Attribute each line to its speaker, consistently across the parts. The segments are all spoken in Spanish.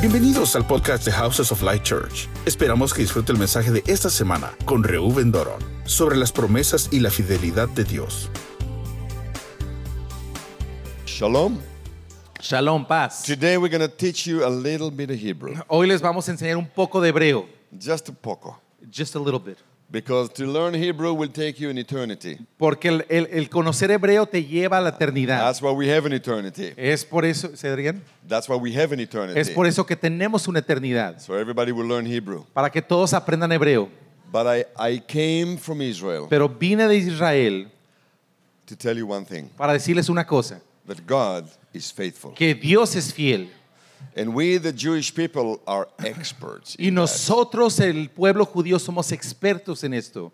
Speaker 1: Bienvenidos al podcast de Houses of Light Church. Esperamos que disfrute el mensaje de esta semana con Reuben Doron sobre las promesas y la fidelidad de Dios.
Speaker 2: Shalom.
Speaker 3: Shalom, paz.
Speaker 2: Today we're going to teach you a little bit of Hebrew,
Speaker 3: Hoy les vamos a enseñar un poco de hebreo,
Speaker 2: just a poco,
Speaker 3: just a little bit.
Speaker 2: because to learn Hebrew will take you an eternity.
Speaker 3: Porque el, el- el conocer hebreo te lleva a la eternidad.
Speaker 2: That's why we have an eternity.
Speaker 3: Es por eso, ¿Cedrian?
Speaker 2: That's why we have an eternity.
Speaker 3: Es por eso que tenemos una eternidad,
Speaker 2: So everybody will learn Hebrew.
Speaker 3: para que todos aprendan hebreo.
Speaker 2: But I, I came from Israel
Speaker 3: Pero vine de Israel
Speaker 2: to tell you one thing,
Speaker 3: para decirles una cosa,
Speaker 2: that God is faithful.
Speaker 3: que Dios es fiel.
Speaker 2: And we, the Jewish people, are experts.
Speaker 3: Y
Speaker 2: in that.
Speaker 3: nosotros, el pueblo judío, somos expertos en esto.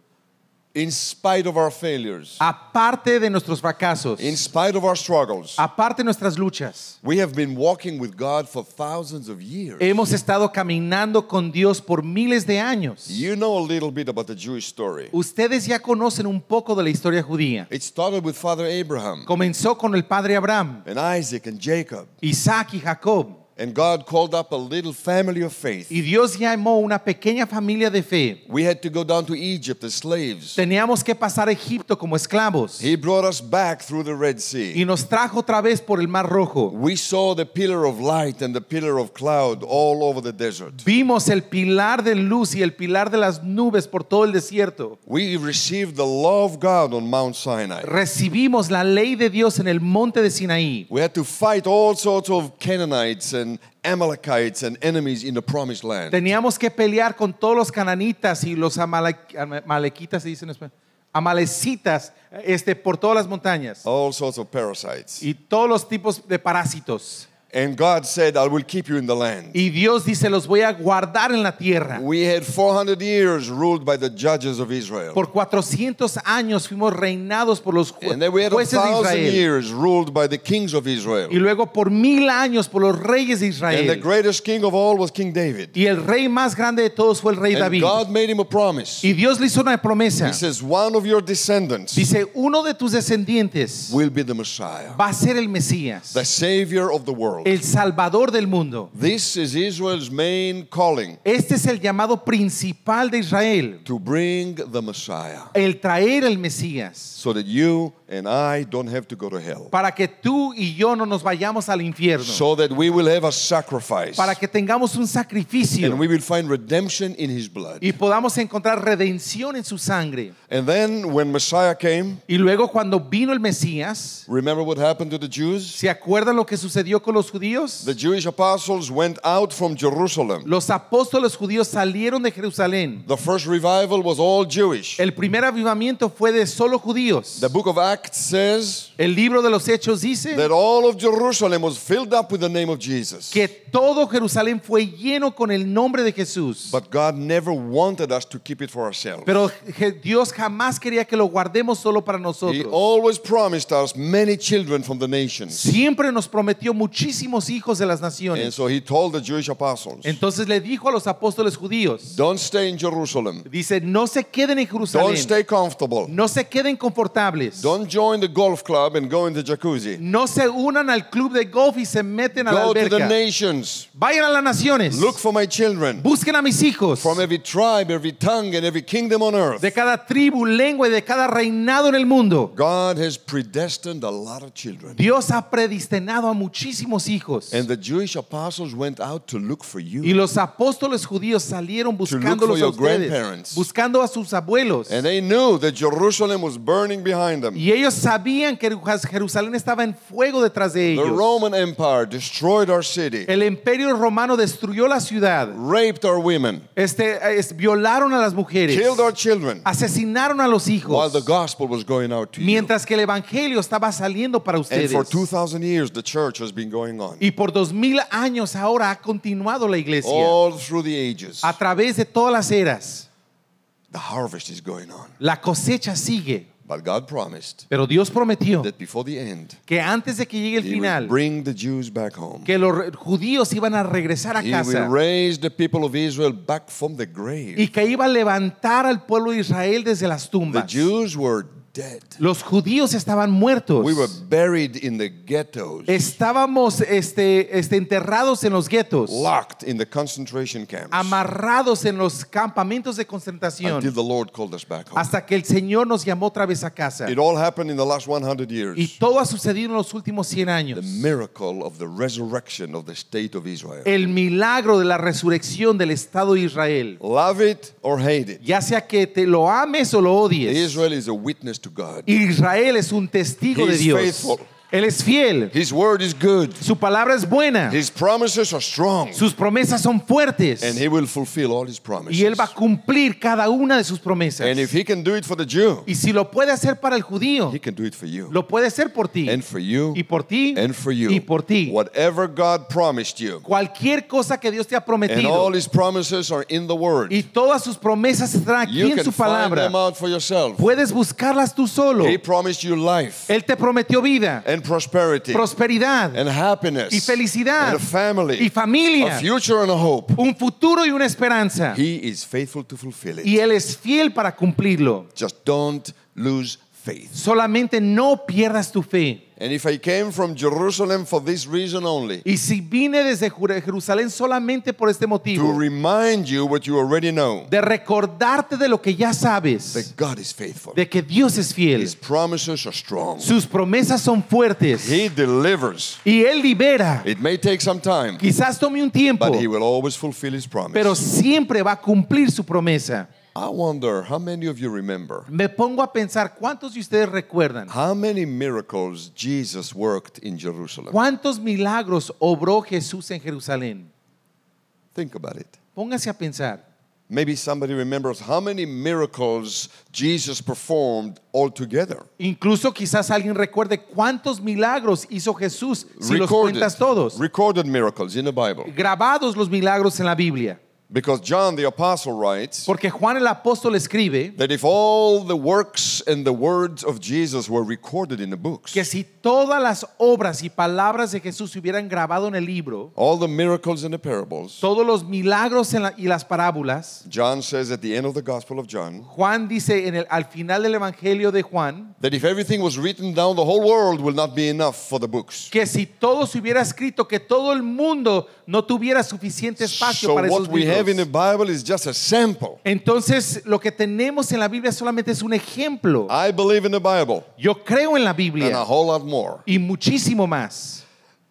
Speaker 2: in spite of our failures,
Speaker 3: Aparte de nuestros fracasos,
Speaker 2: in spite of our struggles,
Speaker 3: aparte de nuestras luchas,
Speaker 2: we have been walking with God for thousands of years.
Speaker 3: hemos estado caminando con Dios por miles de años.
Speaker 2: You know a little bit about the Jewish story.
Speaker 3: Ustedes ya conocen un poco de la historia judía.
Speaker 2: It started with Father Abraham
Speaker 3: Comenzó con el padre Abraham,
Speaker 2: and Isaac and Jacob.
Speaker 3: Isaac y Jacob.
Speaker 2: And God called up a little family of faith.
Speaker 3: Y Dios llamó una pequeña familia de fe.
Speaker 2: We had to go down to Egypt as slaves.
Speaker 3: Teníamos que pasar a Egipto como esclavos.
Speaker 2: He brought us back through the Red
Speaker 3: Y
Speaker 2: Sea.
Speaker 3: nos trajo otra vez por el Mar Rojo.
Speaker 2: We saw the pillar of light and the pillar of cloud all over the desert.
Speaker 3: Vimos el pilar de luz y el pilar de las nubes por todo el desierto.
Speaker 2: We received the law of God on Mount Sinai.
Speaker 3: Recibimos la ley de Dios en el monte de Sinaí.
Speaker 2: We had to fight all sorts of Canaanites and Amalekites and enemies in the promised land.
Speaker 3: Teníamos que pelear con todos los cananitas y los amale- ama- amalequitas, se dice en español, amalecitas, este, por todas las montañas.
Speaker 2: All sorts of parasites.
Speaker 3: y todos los tipos de parásitos.
Speaker 2: And God said, I will keep you in the land.
Speaker 3: Y Dios dice, los voy a guardar en la tierra.
Speaker 2: We had 400 years ruled by the judges of Israel.
Speaker 3: Por 400 años fuimos reinados por los ju-
Speaker 2: And then we had a
Speaker 3: jueces de
Speaker 2: thousand
Speaker 3: Israel.
Speaker 2: years ruled by the kings of
Speaker 3: Y
Speaker 2: Israel.
Speaker 3: luego por mil años por los reyes de
Speaker 2: And the
Speaker 3: Israel.
Speaker 2: greatest king of all was King David.
Speaker 3: Y el rey más grande de todos fue el rey
Speaker 2: And
Speaker 3: David.
Speaker 2: God made him a promise. He
Speaker 3: Y Dios le hizo una promesa.
Speaker 2: says, One of your descendants
Speaker 3: Dice, uno de tus descendientes
Speaker 2: will be the Messiah,
Speaker 3: va a ser el Mesías,
Speaker 2: the Savior of the world.
Speaker 3: el Salvador del mundo.
Speaker 2: This is Israel's main calling
Speaker 3: Este es el llamado principal de Israel,
Speaker 2: to bring the Messiah
Speaker 3: el traer el Mesías.
Speaker 2: so that you and I don't have to go to hell,
Speaker 3: para que tú y yo no nos vayamos al infierno,
Speaker 2: so that we will have a sacrifice
Speaker 3: para que tengamos un
Speaker 2: and
Speaker 3: sacrificio
Speaker 2: we will find redemption in his blood.
Speaker 3: y podamos encontrar redención en su sangre.
Speaker 2: And then when Messiah came,
Speaker 3: Y luego cuando vino el Mesías,
Speaker 2: Remember what happened to the Jews?
Speaker 3: ¿se acuerdan lo que sucedió con los judíos?
Speaker 2: The Jewish apostles went out from Jerusalem.
Speaker 3: Los apóstoles judíos salieron de Jerusalén.
Speaker 2: The first revival was all Jewish.
Speaker 3: El primer avivamiento fue de solo judíos.
Speaker 2: The book of Acts says
Speaker 3: El libro de los Hechos dice
Speaker 2: that all of Jerusalem was filled up with the name of Jesus.
Speaker 3: que todo Jerusalén fue lleno con el nombre de Jesús.
Speaker 2: But God never wanted us to keep it for ourselves.
Speaker 3: Pero Je- Dios jamás quería que lo guardemos solo para
Speaker 2: He
Speaker 3: nosotros.
Speaker 2: always promised us many children from the nations.
Speaker 3: siempre nos prometió muchísimos hijos de las
Speaker 2: And
Speaker 3: naciones.
Speaker 2: so he told the Jewish apostles,
Speaker 3: Entonces le dijo a los apóstoles judíos,
Speaker 2: don't stay in Jerusalem.
Speaker 3: dice, no se queden en
Speaker 2: Don't
Speaker 3: Jerusalén,
Speaker 2: stay comfortable.
Speaker 3: no se queden confortables,
Speaker 2: Don't join the golf club and go in the jacuzzi.
Speaker 3: no se unan al club de golf y se meten a la
Speaker 2: Go to the
Speaker 3: alberca.
Speaker 2: nations.
Speaker 3: Vayan a las naciones,
Speaker 2: Look for my children.
Speaker 3: busquen a mis hijos
Speaker 2: from every tribe, every tongue, and every kingdom on earth.
Speaker 3: de cada tribu, lengua y de cada reinado en el mundo.
Speaker 2: God has predestined a lot of children.
Speaker 3: Dios ha predestinado a muchísimos hijos.
Speaker 2: And the Jewish apostles went out to look for
Speaker 3: Y
Speaker 2: you.
Speaker 3: los apóstoles judíos salieron
Speaker 2: for
Speaker 3: buscándolos a
Speaker 2: your
Speaker 3: ustedes,
Speaker 2: grandparents.
Speaker 3: buscando a sus abuelos.
Speaker 2: And they knew that Jerusalem was burning behind them.
Speaker 3: Y ellos sabían que Jerusalén estaba en fuego detrás
Speaker 2: The
Speaker 3: de ellos.
Speaker 2: Roman Empire destroyed our city,
Speaker 3: El imperio romano destruyó la ciudad.
Speaker 2: raped our women,
Speaker 3: Este, es- violaron a las mujeres.
Speaker 2: killed our children,
Speaker 3: Asesinaron a los
Speaker 2: while
Speaker 3: hijos.
Speaker 2: the gospel was going out to you.
Speaker 3: Mientras que el evangelio estaba saliendo para
Speaker 2: And
Speaker 3: ustedes.
Speaker 2: for 2,000 years, the church has been going on.
Speaker 3: Y por dos mil años ahora ha continuado la iglesia.
Speaker 2: All through the ages,
Speaker 3: A través de todas las eras.
Speaker 2: the harvest is going on.
Speaker 3: La cosecha sigue.
Speaker 2: But God promised
Speaker 3: Pero Dios prometió
Speaker 2: that before the end,
Speaker 3: que antes de que llegue el
Speaker 2: He will
Speaker 3: final,
Speaker 2: bring the Jews back home.
Speaker 3: que los re- judíos iban a regresar a
Speaker 2: He will
Speaker 3: casa.
Speaker 2: raise the people of Israel back from the grave.
Speaker 3: y que iba a levantar al pueblo de Israel desde las
Speaker 2: The
Speaker 3: tumbas.
Speaker 2: Jews were dead.
Speaker 3: Los judíos estaban muertos.
Speaker 2: We were buried in the ghettos,
Speaker 3: Estábamos este, este, enterrados en los guetos,
Speaker 2: locked in the concentration camps
Speaker 3: amarrados en los campamentos de
Speaker 2: until
Speaker 3: concentración,
Speaker 2: the Lord called us back home.
Speaker 3: hasta que el Señor nos llamó otra vez a casa.
Speaker 2: It all happened in the last 100
Speaker 3: Y
Speaker 2: years.
Speaker 3: todo ha sucedido en los últimos 100
Speaker 2: The
Speaker 3: años.
Speaker 2: miracle of the resurrection of the state of Israel.
Speaker 3: El milagro de la resurrección del Estado de Israel.
Speaker 2: Love it or hate it.
Speaker 3: Ya sea que te lo ames o lo odies,
Speaker 2: Israel is a witness to God.
Speaker 3: Israel es un testigo
Speaker 2: He
Speaker 3: de
Speaker 2: is
Speaker 3: Dios.
Speaker 2: faithful.
Speaker 3: Él es fiel.
Speaker 2: His word is good.
Speaker 3: Su palabra es buena.
Speaker 2: His promises are strong.
Speaker 3: Sus promesas son fuertes.
Speaker 2: And he will fulfill all his promises.
Speaker 3: Y él va a cumplir cada una de sus promesas.
Speaker 2: And if he can do it for the Jew,
Speaker 3: Y si lo puede hacer para el judío,
Speaker 2: he can do it for you.
Speaker 3: lo puede hacer por ti.
Speaker 2: And for you.
Speaker 3: Y por ti.
Speaker 2: And for you.
Speaker 3: Y por ti.
Speaker 2: Whatever God promised you.
Speaker 3: Cualquier cosa que Dios te ha
Speaker 2: And
Speaker 3: prometido.
Speaker 2: all his promises are in the word.
Speaker 3: Y todas sus promesas están aquí
Speaker 2: You
Speaker 3: en
Speaker 2: can
Speaker 3: su
Speaker 2: find
Speaker 3: palabra.
Speaker 2: them out for yourself.
Speaker 3: Puedes buscarlas tú solo.
Speaker 2: He promised you life
Speaker 3: Él te prometió vida,
Speaker 2: and prosperity
Speaker 3: prosperidad,
Speaker 2: and happiness
Speaker 3: y felicidad,
Speaker 2: and a family,
Speaker 3: y familia.
Speaker 2: a future and a hope.
Speaker 3: un futuro y una esperanza.
Speaker 2: He is faithful to fulfill it.
Speaker 3: Y Él es fiel para cumplirlo.
Speaker 2: Just don't lose faith.
Speaker 3: Solamente no pierdas tu fe.
Speaker 2: And if I came from Jerusalem for this reason only,
Speaker 3: Y si vine desde Jer- Jerusalén solamente por este
Speaker 2: to
Speaker 3: motivo,
Speaker 2: remind you what you already know,
Speaker 3: de recordarte de lo que ya
Speaker 2: that
Speaker 3: sabes,
Speaker 2: God is faithful.
Speaker 3: de que Dios es fiel,
Speaker 2: His promises are strong.
Speaker 3: sus promesas son fuertes
Speaker 2: He delivers.
Speaker 3: y Él libera.
Speaker 2: It may take some time,
Speaker 3: Quizás tome un tiempo,
Speaker 2: but he will always fulfill his promise.
Speaker 3: pero siempre va a cumplir su promesa.
Speaker 2: I wonder how many of you remember
Speaker 3: Me pongo a pensar, ¿cuántos de ustedes recuerdan?
Speaker 2: how many miracles Jesus worked in Jerusalem?
Speaker 3: ¿Cuántos milagros obró Jesús en Jerusalén?
Speaker 2: Think about it.
Speaker 3: Póngase a pensar.
Speaker 2: Maybe somebody remembers how many miracles Jesus performed altogether.
Speaker 3: Incluso quizás alguien recuerde cuántos milagros hizo Jesús si los
Speaker 2: Recorded,
Speaker 3: cuentas todos.
Speaker 2: recorded miracles in the Bible.
Speaker 3: Grabados los milagros en la Biblia.
Speaker 2: Because John the Apostle writes
Speaker 3: Porque Juan el apóstol escribe
Speaker 2: that if all the works and the words of Jesus were recorded in the books,
Speaker 3: que si todas las obras y palabras de Jesús se hubieran grabado en el libro,
Speaker 2: all the miracles and the parables,
Speaker 3: todos los milagros en la- y las parábolas,
Speaker 2: John says at the end of the Gospel of John,
Speaker 3: Juan dice en el- al final del Evangelio de Juan,
Speaker 2: that if everything was written down, the whole world will not be enough for the books.
Speaker 3: que si todo se hubiera escrito, que todo el mundo no tuviera suficiente espacio
Speaker 2: So
Speaker 3: para
Speaker 2: what
Speaker 3: esos
Speaker 2: we have in the
Speaker 3: libros.
Speaker 2: Bible is just a sample.
Speaker 3: Entonces, lo que tenemos en la Biblia solamente es un ejemplo.
Speaker 2: I believe in the Bible
Speaker 3: Yo creo en la
Speaker 2: and
Speaker 3: Biblia
Speaker 2: a whole lot more.
Speaker 3: y muchísimo más.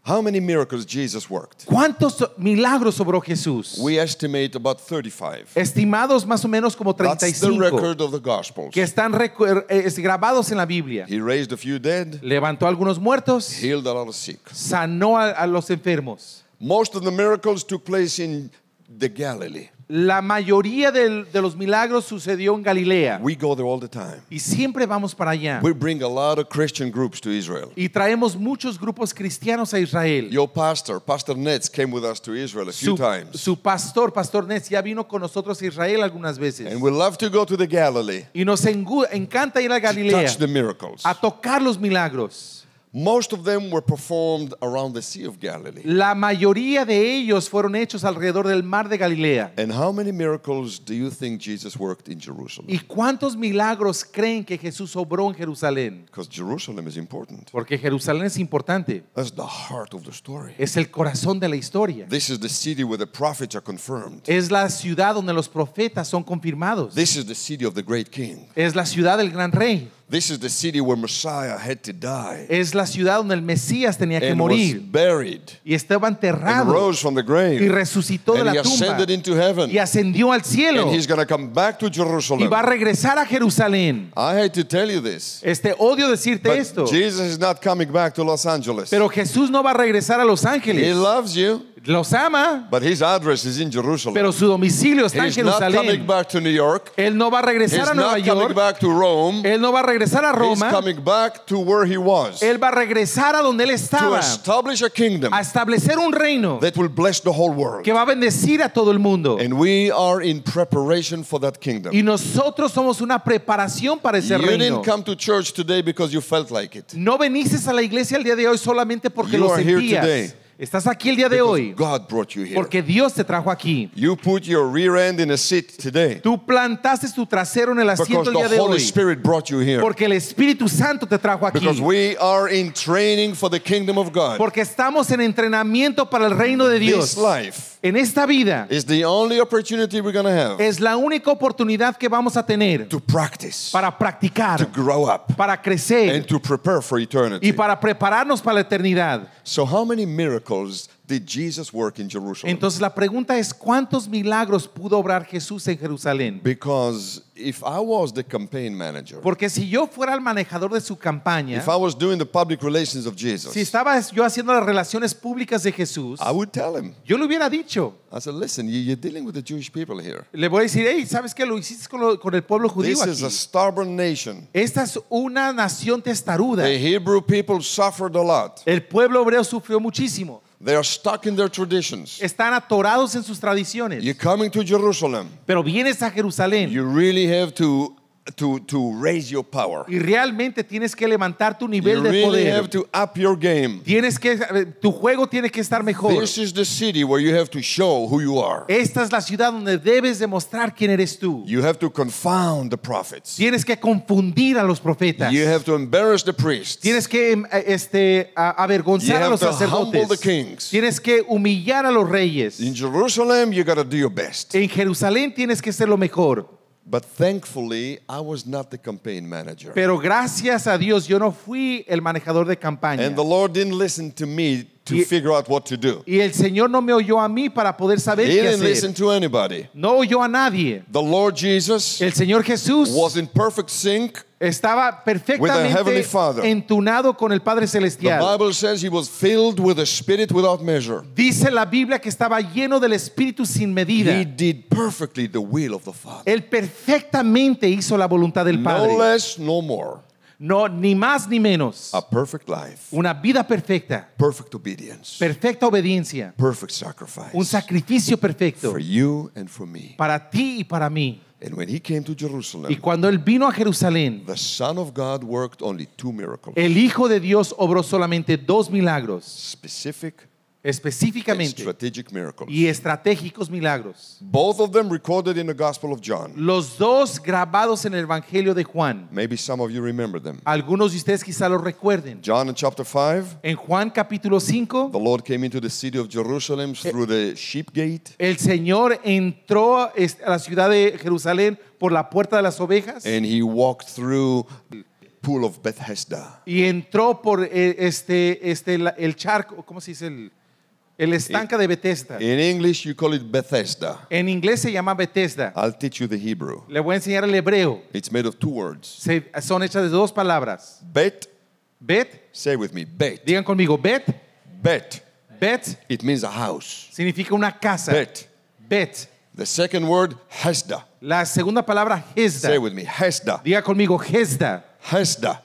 Speaker 2: How many miracles Jesus worked?
Speaker 3: ¿Cuántos milagros obró Jesús?
Speaker 2: We estimate about 35.
Speaker 3: Estimados más o menos como
Speaker 2: That's the
Speaker 3: 35
Speaker 2: record of the Gospels.
Speaker 3: que están recu- eh, es- grabados en la Biblia.
Speaker 2: He raised a few dead,
Speaker 3: Levantó a algunos muertos,
Speaker 2: healed a lot of sick.
Speaker 3: sanó a, a los enfermos.
Speaker 2: Most of the miracles took place in the Galilee.
Speaker 3: La mayoría del- de los milagros sucedió en Galilea
Speaker 2: We go there all the time.
Speaker 3: y siempre vamos para allá.
Speaker 2: We bring a lot of Christian groups to Israel.
Speaker 3: Y traemos muchos grupos cristianos a Israel.
Speaker 2: Your pastor, Pastor Nets, came with us to Israel a few
Speaker 3: Su,
Speaker 2: times.
Speaker 3: su pastor, Pastor Ness, ya vino con nosotros a Israel algunas veces.
Speaker 2: And we love to go to the Galilee
Speaker 3: Y nos engu- encanta ir
Speaker 2: to
Speaker 3: a Galilea.
Speaker 2: touch the miracles.
Speaker 3: a tocar los milagros.
Speaker 2: Most of them were performed around the Sea of Galilee.
Speaker 3: La mayoría de ellos fueron hechos alrededor del mar de Galilea.
Speaker 2: And how many miracles do you think Jesus worked in Jerusalem?
Speaker 3: ¿Y cuántos milagros creen que Jesús obró en Jerusalén?
Speaker 2: Because Jerusalem is important.
Speaker 3: Porque Jerusalén es importante,
Speaker 2: That's the heart of the story.
Speaker 3: es el corazón de la historia,
Speaker 2: This is the city where the prophets are confirmed.
Speaker 3: es la ciudad donde los profetas son confirmados,
Speaker 2: This is the city of the great king.
Speaker 3: es la ciudad del gran rey,
Speaker 2: This is the city where Messiah had to die
Speaker 3: es la ciudad donde el Mesías tenía que
Speaker 2: and was
Speaker 3: morir
Speaker 2: buried
Speaker 3: y estaba
Speaker 2: and
Speaker 3: enterrado
Speaker 2: rose from the
Speaker 3: y
Speaker 2: grave.
Speaker 3: resucitó de
Speaker 2: And he
Speaker 3: la tumba
Speaker 2: ascended into heaven.
Speaker 3: y ascendió al cielo
Speaker 2: And he's
Speaker 3: y
Speaker 2: going to come back to Jerusalem.
Speaker 3: va a regresar a Jerusalén.
Speaker 2: I hate to tell you this,
Speaker 3: Este odio decirte
Speaker 2: but
Speaker 3: esto.
Speaker 2: Jesus is not coming back to Los Angeles.
Speaker 3: Pero Jesús no va a regresar a Los
Speaker 2: He
Speaker 3: Ángeles.
Speaker 2: loves you,
Speaker 3: Los ama,
Speaker 2: but his address is in Jerusalem.
Speaker 3: pero su domicilio está en
Speaker 2: He's not coming
Speaker 3: Jerusalén.
Speaker 2: back to New York.
Speaker 3: Él no va a regresar
Speaker 2: He's
Speaker 3: a Nueva
Speaker 2: not coming
Speaker 3: York.
Speaker 2: back to Rome.
Speaker 3: Él no va a regresar a
Speaker 2: He's
Speaker 3: Roma.
Speaker 2: coming back to where he was to
Speaker 3: Él va a regresar a donde él estaba
Speaker 2: establish a kingdom
Speaker 3: a establecer un reino
Speaker 2: that will bless the whole world.
Speaker 3: que va a bendecir a todo el mundo.
Speaker 2: And we are in preparation for that
Speaker 3: Y
Speaker 2: kingdom.
Speaker 3: nosotros somos una preparación para ese
Speaker 2: You
Speaker 3: reino.
Speaker 2: didn't come to church today because you felt like it.
Speaker 3: No veniste a la iglesia el día de hoy solamente porque
Speaker 2: You
Speaker 3: lo
Speaker 2: are here
Speaker 3: sentías.
Speaker 2: today
Speaker 3: Estás aquí el día de
Speaker 2: because
Speaker 3: hoy
Speaker 2: God brought you here.
Speaker 3: porque Dios te trajo aquí.
Speaker 2: You put your rear end in a seat today
Speaker 3: Tú plantaste tu trasero en el
Speaker 2: because
Speaker 3: asiento el día
Speaker 2: the
Speaker 3: de
Speaker 2: Holy
Speaker 3: hoy
Speaker 2: Spirit brought you here.
Speaker 3: porque el Espíritu Santo te trajo aquí.
Speaker 2: Because we are in training for the kingdom of God.
Speaker 3: Porque estamos en entrenamiento para el reino de
Speaker 2: This
Speaker 3: Dios.
Speaker 2: life
Speaker 3: En esta vida
Speaker 2: is the only opportunity we're going to have
Speaker 3: es la única oportunidad que vamos a tener
Speaker 2: to practice,
Speaker 3: para
Speaker 2: to
Speaker 3: practicar,
Speaker 2: grow up,
Speaker 3: para crecer
Speaker 2: and to prepare for
Speaker 3: y
Speaker 2: eternity.
Speaker 3: para prepararnos para la eternidad.
Speaker 2: So, how many miracles did Jesus work in Jerusalem?
Speaker 3: Entonces la pregunta es, ¿cuántos milagros pudo obrar Jesús en Jerusalén?
Speaker 2: Because if I was the campaign manager,
Speaker 3: Porque si yo fuera el manejador de su campaña,
Speaker 2: if I was doing the public relations of
Speaker 3: si
Speaker 2: Jesus,
Speaker 3: estaba yo haciendo las relaciones públicas de Jesús,
Speaker 2: I would tell him,
Speaker 3: yo le hubiera dicho,
Speaker 2: I said, listen, you- you're dealing with the Jewish people here.
Speaker 3: le voy a decir, hey, ¿sabes qué? Lo hiciste con, lo- con el pueblo judío
Speaker 2: This is
Speaker 3: aquí.
Speaker 2: a stubborn nation.
Speaker 3: Esta es una nación testaruda.
Speaker 2: The Hebrew people suffered a lot.
Speaker 3: El pueblo hebreo sufrió muchísimo.
Speaker 2: They are stuck in their traditions.
Speaker 3: Están atorados en sus tradiciones.
Speaker 2: You're coming to Jerusalem.
Speaker 3: Pero vienes a Jerusalén
Speaker 2: You really have to, to, to raise your power.
Speaker 3: y realmente tienes que levantar tu
Speaker 2: You
Speaker 3: nivel de
Speaker 2: really
Speaker 3: poder.
Speaker 2: have to up your game.
Speaker 3: Tienes que, eh, tu juego tiene que estar mejor.
Speaker 2: This is the city where you have to show who you are.
Speaker 3: Esta es la ciudad donde debes demostrar quién eres tú.
Speaker 2: You have to confound the prophets.
Speaker 3: Tienes que confundir a los profetas.
Speaker 2: You have to embarrass the priests.
Speaker 3: Tienes que em, eh, este, a-
Speaker 2: You
Speaker 3: avergonzar
Speaker 2: have
Speaker 3: a los
Speaker 2: to humble
Speaker 3: sacerdotes.
Speaker 2: the kings.
Speaker 3: Tienes que humillar a los reyes.
Speaker 2: In Jerusalem, you got to do your best.
Speaker 3: En Jerusalén tienes que ser lo mejor.
Speaker 2: But thankfully, I was not the campaign manager.
Speaker 3: Pero gracias a Dios yo no fui el manejador de campaña.
Speaker 2: And the Lord didn't listen to me to
Speaker 3: Ye-
Speaker 2: figure out what to do.
Speaker 3: Y el Señor no me oyó a mí para poder saber
Speaker 2: He
Speaker 3: qué
Speaker 2: didn't listen
Speaker 3: hacer.
Speaker 2: to anybody.
Speaker 3: No oyó a nadie.
Speaker 2: The Lord Jesus
Speaker 3: El Señor Jesús
Speaker 2: was in perfect sync.
Speaker 3: estaba
Speaker 2: Heavenly
Speaker 3: perfectamente
Speaker 2: Father.
Speaker 3: entunado con el Padre
Speaker 2: The
Speaker 3: Celestial.
Speaker 2: Bible says he was filled with the Spirit without measure.
Speaker 3: Dice la Biblia que estaba lleno del Espíritu sin medida.
Speaker 2: He did perfectly the will of the Father.
Speaker 3: Él perfectamente hizo la voluntad del
Speaker 2: No
Speaker 3: Padre.
Speaker 2: less, no more.
Speaker 3: No, ni más ni menos.
Speaker 2: A perfect life,
Speaker 3: Una vida perfecta,
Speaker 2: perfect obedience,
Speaker 3: perfecta obediencia,
Speaker 2: perfect sacrifice
Speaker 3: un sacrificio perfecto
Speaker 2: for you and for me.
Speaker 3: para ti y para mí.
Speaker 2: And when he came to
Speaker 3: Y
Speaker 2: Jerusalem,
Speaker 3: cuando él vino a Jerusalén,
Speaker 2: the Son of God worked only two miracles
Speaker 3: el Hijo de Dios obró solamente dos milagros,
Speaker 2: specific and
Speaker 3: específicamente,
Speaker 2: strategic miracles.
Speaker 3: y estratégicos milagros.
Speaker 2: Both of them recorded in the Gospel of John.
Speaker 3: Los dos grabados en el Evangelio de Juan.
Speaker 2: Maybe some of you remember them.
Speaker 3: Algunos de ustedes quizá los recuerden.
Speaker 2: John in chapter 5,
Speaker 3: En Juan capítulo 5,
Speaker 2: the Lord came into the city of Jerusalem
Speaker 3: Eh.
Speaker 2: through the sheep gate.
Speaker 3: El Señor entró este, a la ciudad de Jerusalén por la puerta de las ovejas
Speaker 2: and he walked through the pool of Bethesda.
Speaker 3: y entró por eh, este, este, la- el charco, ¿cómo se dice? El, el estanque de Bethesda.
Speaker 2: In English, you call it Bethesda.
Speaker 3: En inglés se llama Bethesda.
Speaker 2: I'll teach you the Hebrew.
Speaker 3: Le voy a enseñar el hebreo.
Speaker 2: It's made of two words.
Speaker 3: Se- son hechas de dos palabras.
Speaker 2: Bet,
Speaker 3: Bet,
Speaker 2: say with me, bet.
Speaker 3: digan conmigo, bet.
Speaker 2: Bet.
Speaker 3: Bet
Speaker 2: It means a house.
Speaker 3: significa una casa.
Speaker 2: Bet.
Speaker 3: Bet.
Speaker 2: The second word, Hesda.
Speaker 3: La segunda palabra, Hesda.
Speaker 2: Say with me, Hesda.
Speaker 3: Diga conmigo, Hesda.
Speaker 2: Hesda.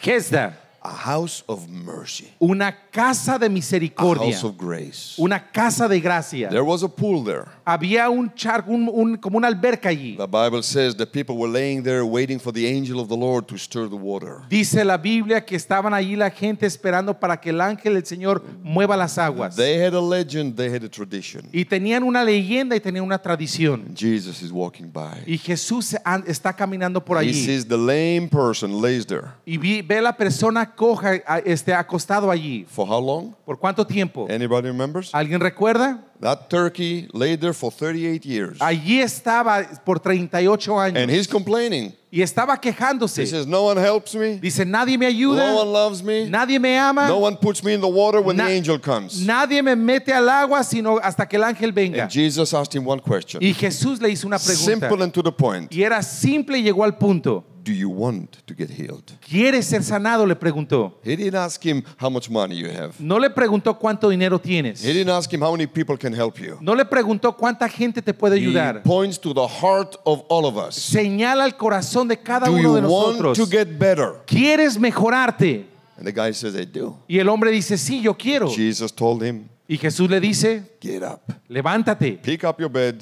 Speaker 3: Hesda.
Speaker 2: A house of mercy.
Speaker 3: Una casa de
Speaker 2: A
Speaker 3: misericordia.
Speaker 2: house of grace.
Speaker 3: Una casa de gracia.
Speaker 2: There was a pool there.
Speaker 3: había un charco, un- un- como una alberca allí.
Speaker 2: The Bible says the people were laying there waiting for the angel of the Lord to stir the water.
Speaker 3: Dice la Biblia que estaban allí la gente esperando para que el ángel del Señor mueva las aguas.
Speaker 2: They had a legend, they had a tradition.
Speaker 3: Y tenían una leyenda y tenían una tradición.
Speaker 2: Jesus is walking by.
Speaker 3: Y Jesús an- está caminando por
Speaker 2: He
Speaker 3: allí
Speaker 2: sees the lame person lays there.
Speaker 3: y vi- ve la persona coja a- este, acostado allí.
Speaker 2: For how long?
Speaker 3: ¿Por cuánto tiempo?
Speaker 2: Anybody remembers?
Speaker 3: ¿Alguien recuerda?
Speaker 2: That turkey lay there for 38 years.
Speaker 3: Allí estaba por 38
Speaker 2: And
Speaker 3: años
Speaker 2: he's complaining.
Speaker 3: y estaba
Speaker 2: He
Speaker 3: quejándose.
Speaker 2: says, No one helps me.
Speaker 3: Dice, nadie me
Speaker 2: No one
Speaker 3: ayuda,
Speaker 2: loves me.
Speaker 3: nadie me ama.
Speaker 2: No one puts me in the water when
Speaker 3: Na-
Speaker 2: the angel comes.
Speaker 3: Nadie me mete al agua sino hasta que el ángel venga.
Speaker 2: And Jesus asked him one question.
Speaker 3: Y Jesús le hizo una pregunta.
Speaker 2: Simple and to the point.
Speaker 3: Y era simple y llegó al punto.
Speaker 2: Do you want to get healed?
Speaker 3: ¿Quieres ser sanado? Le preguntó.
Speaker 2: He didn't ask him how much money you have.
Speaker 3: No le preguntó cuánto dinero
Speaker 2: He
Speaker 3: tienes.
Speaker 2: didn't ask him how many people can help you.
Speaker 3: No le preguntó cuánta gente te puede
Speaker 2: He
Speaker 3: ayudar.
Speaker 2: points to the heart of all of us.
Speaker 3: Señala el corazón de cada
Speaker 2: Do you
Speaker 3: uno de
Speaker 2: want
Speaker 3: nosotros.
Speaker 2: to get better?
Speaker 3: ¿Quieres mejorarte?
Speaker 2: And the guy says, I do.
Speaker 3: Y el hombre dice, sí, yo quiero.
Speaker 2: Jesus told him,
Speaker 3: Y Jesús le dice,
Speaker 2: Get up,
Speaker 3: levántate,
Speaker 2: pick up your bed,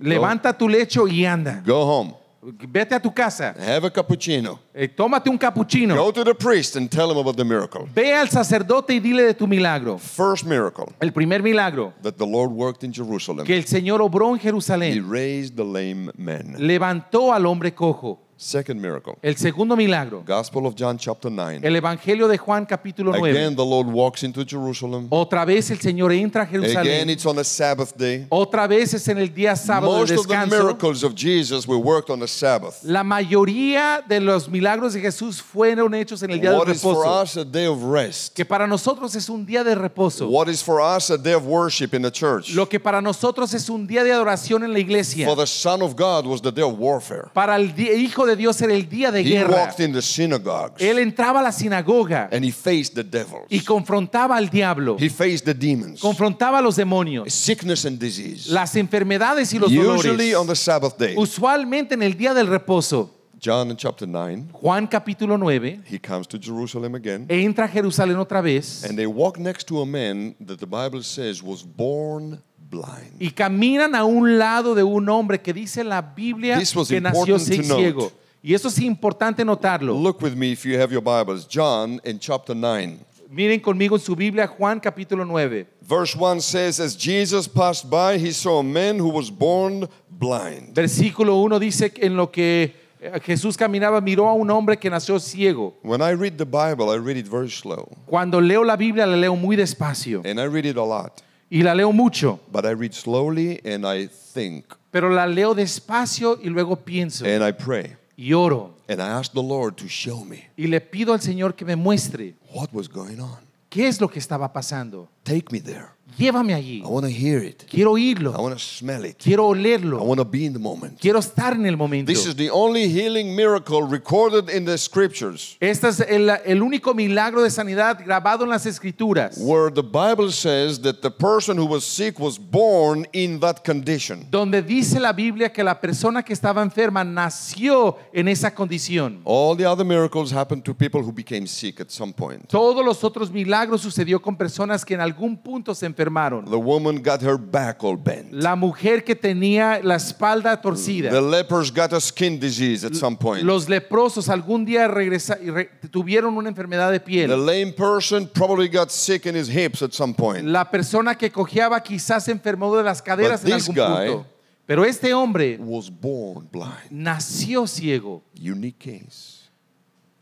Speaker 3: levanta tu lecho y anda.
Speaker 2: go home.
Speaker 3: Vete a tu casa,
Speaker 2: Have a cappuccino.
Speaker 3: eh, tómate un capuchino,
Speaker 2: Go to the priest and tell him about the miracle.
Speaker 3: ve al sacerdote y dile de tu milagro.
Speaker 2: First miracle
Speaker 3: El primer milagro,
Speaker 2: that the Lord worked in Jerusalem.
Speaker 3: que el Señor obró en
Speaker 2: He
Speaker 3: Jerusalén,
Speaker 2: raised the lame man.
Speaker 3: levantó al hombre cojo.
Speaker 2: Second miracle.
Speaker 3: El segundo milagro,
Speaker 2: Gospel of John chapter 9.
Speaker 3: el Evangelio de Juan capítulo 9.
Speaker 2: Again the Lord walks into Jerusalem.
Speaker 3: Otra vez el Señor entra a
Speaker 2: Again
Speaker 3: Jerusalén.
Speaker 2: it's on a Sabbath day.
Speaker 3: Otra vez es en el día sábado
Speaker 2: Most
Speaker 3: de
Speaker 2: of the
Speaker 3: descanso.
Speaker 2: miracles of Jesus were worked on the Sabbath.
Speaker 3: La mayoría de los milagros de Jesús fueron hechos en el día del
Speaker 2: What is for
Speaker 3: reposo,
Speaker 2: us a day of rest?
Speaker 3: que para nosotros es un día de reposo.
Speaker 2: What is for us a day of worship in the church?
Speaker 3: Lo que para nosotros es un día de adoración en la iglesia,
Speaker 2: For the Son of God was the day of warfare.
Speaker 3: para el di- Hijo de Dios era el día de
Speaker 2: He
Speaker 3: guerra.
Speaker 2: walked in the synagogues
Speaker 3: Él entraba a la sinagoga
Speaker 2: and he faced the devils.
Speaker 3: y confrontaba al diablo,
Speaker 2: He faced the demons,
Speaker 3: confrontaba a los demonios,
Speaker 2: sickness and disease.
Speaker 3: las enfermedades y los
Speaker 2: Usually on
Speaker 3: dolores.
Speaker 2: the Sabbath day.
Speaker 3: Usualmente en el día del reposo,
Speaker 2: John in chapter 9,
Speaker 3: Juan capítulo 9,
Speaker 2: he comes to Jerusalem again
Speaker 3: entra a Jerusalén otra vez
Speaker 2: and they walk next to a man that the Bible says was born blind.
Speaker 3: y caminan a un lado de un hombre que dice la Biblia
Speaker 2: This was
Speaker 3: que nació
Speaker 2: important to
Speaker 3: ci-
Speaker 2: note.
Speaker 3: ciego. Y eso es importante notarlo.
Speaker 2: Look with me if you have your Bibles. John in chapter 9.
Speaker 3: Miren conmigo en su Biblia Juan capítulo 9.
Speaker 2: Verse 1 says, As Jesus passed by, he saw a man who was born blind.
Speaker 3: Versículo 1 dice que en lo que eh, Jesús caminaba miró a un hombre que nació ciego.
Speaker 2: When I read the Bible, I read it very slow.
Speaker 3: Cuando leo la Biblia la leo muy despacio
Speaker 2: And I read it a lot.
Speaker 3: y la leo mucho,
Speaker 2: But I read slowly and I think
Speaker 3: pero la leo despacio y luego pienso
Speaker 2: and I pray.
Speaker 3: y oro
Speaker 2: And I ask the Lord to show me
Speaker 3: y le pido al Señor que me muestre
Speaker 2: what was going on.
Speaker 3: qué es lo que estaba pasando.
Speaker 2: Take me there.
Speaker 3: Llévame allí.
Speaker 2: I want to hear it.
Speaker 3: Quiero
Speaker 2: I
Speaker 3: oírlo.
Speaker 2: want to smell it.
Speaker 3: Quiero
Speaker 2: I
Speaker 3: olerlo.
Speaker 2: want to be in the moment.
Speaker 3: Quiero estar en el momento.
Speaker 2: This is the only healing miracle recorded in the scriptures
Speaker 3: Este es el, el único milagro de sanidad grabado en las escrituras,
Speaker 2: where the Bible says that the person who was sick was born in that condition.
Speaker 3: donde dice la Biblia que la persona que estaba enferma nació en esa condición.
Speaker 2: All the other miracles happened to people who became sick at some point.
Speaker 3: Todos los otros milagros sucedió con personas que en algún punto se enfermaron.
Speaker 2: The woman got her back all bent.
Speaker 3: La mujer que tenía la espalda
Speaker 2: The
Speaker 3: torcida,
Speaker 2: lepers got a skin disease at some point.
Speaker 3: los leprosos algún día regresa- y re- tuvieron una enfermedad de
Speaker 2: The
Speaker 3: piel.
Speaker 2: lame person probably got sick in his hips at some point.
Speaker 3: La persona que cojeaba quizás se enfermó de las caderas
Speaker 2: But
Speaker 3: en
Speaker 2: this
Speaker 3: algún
Speaker 2: guy-
Speaker 3: punto. Pero este hombre
Speaker 2: Was born blind.
Speaker 3: nació ciego.
Speaker 2: Unique case.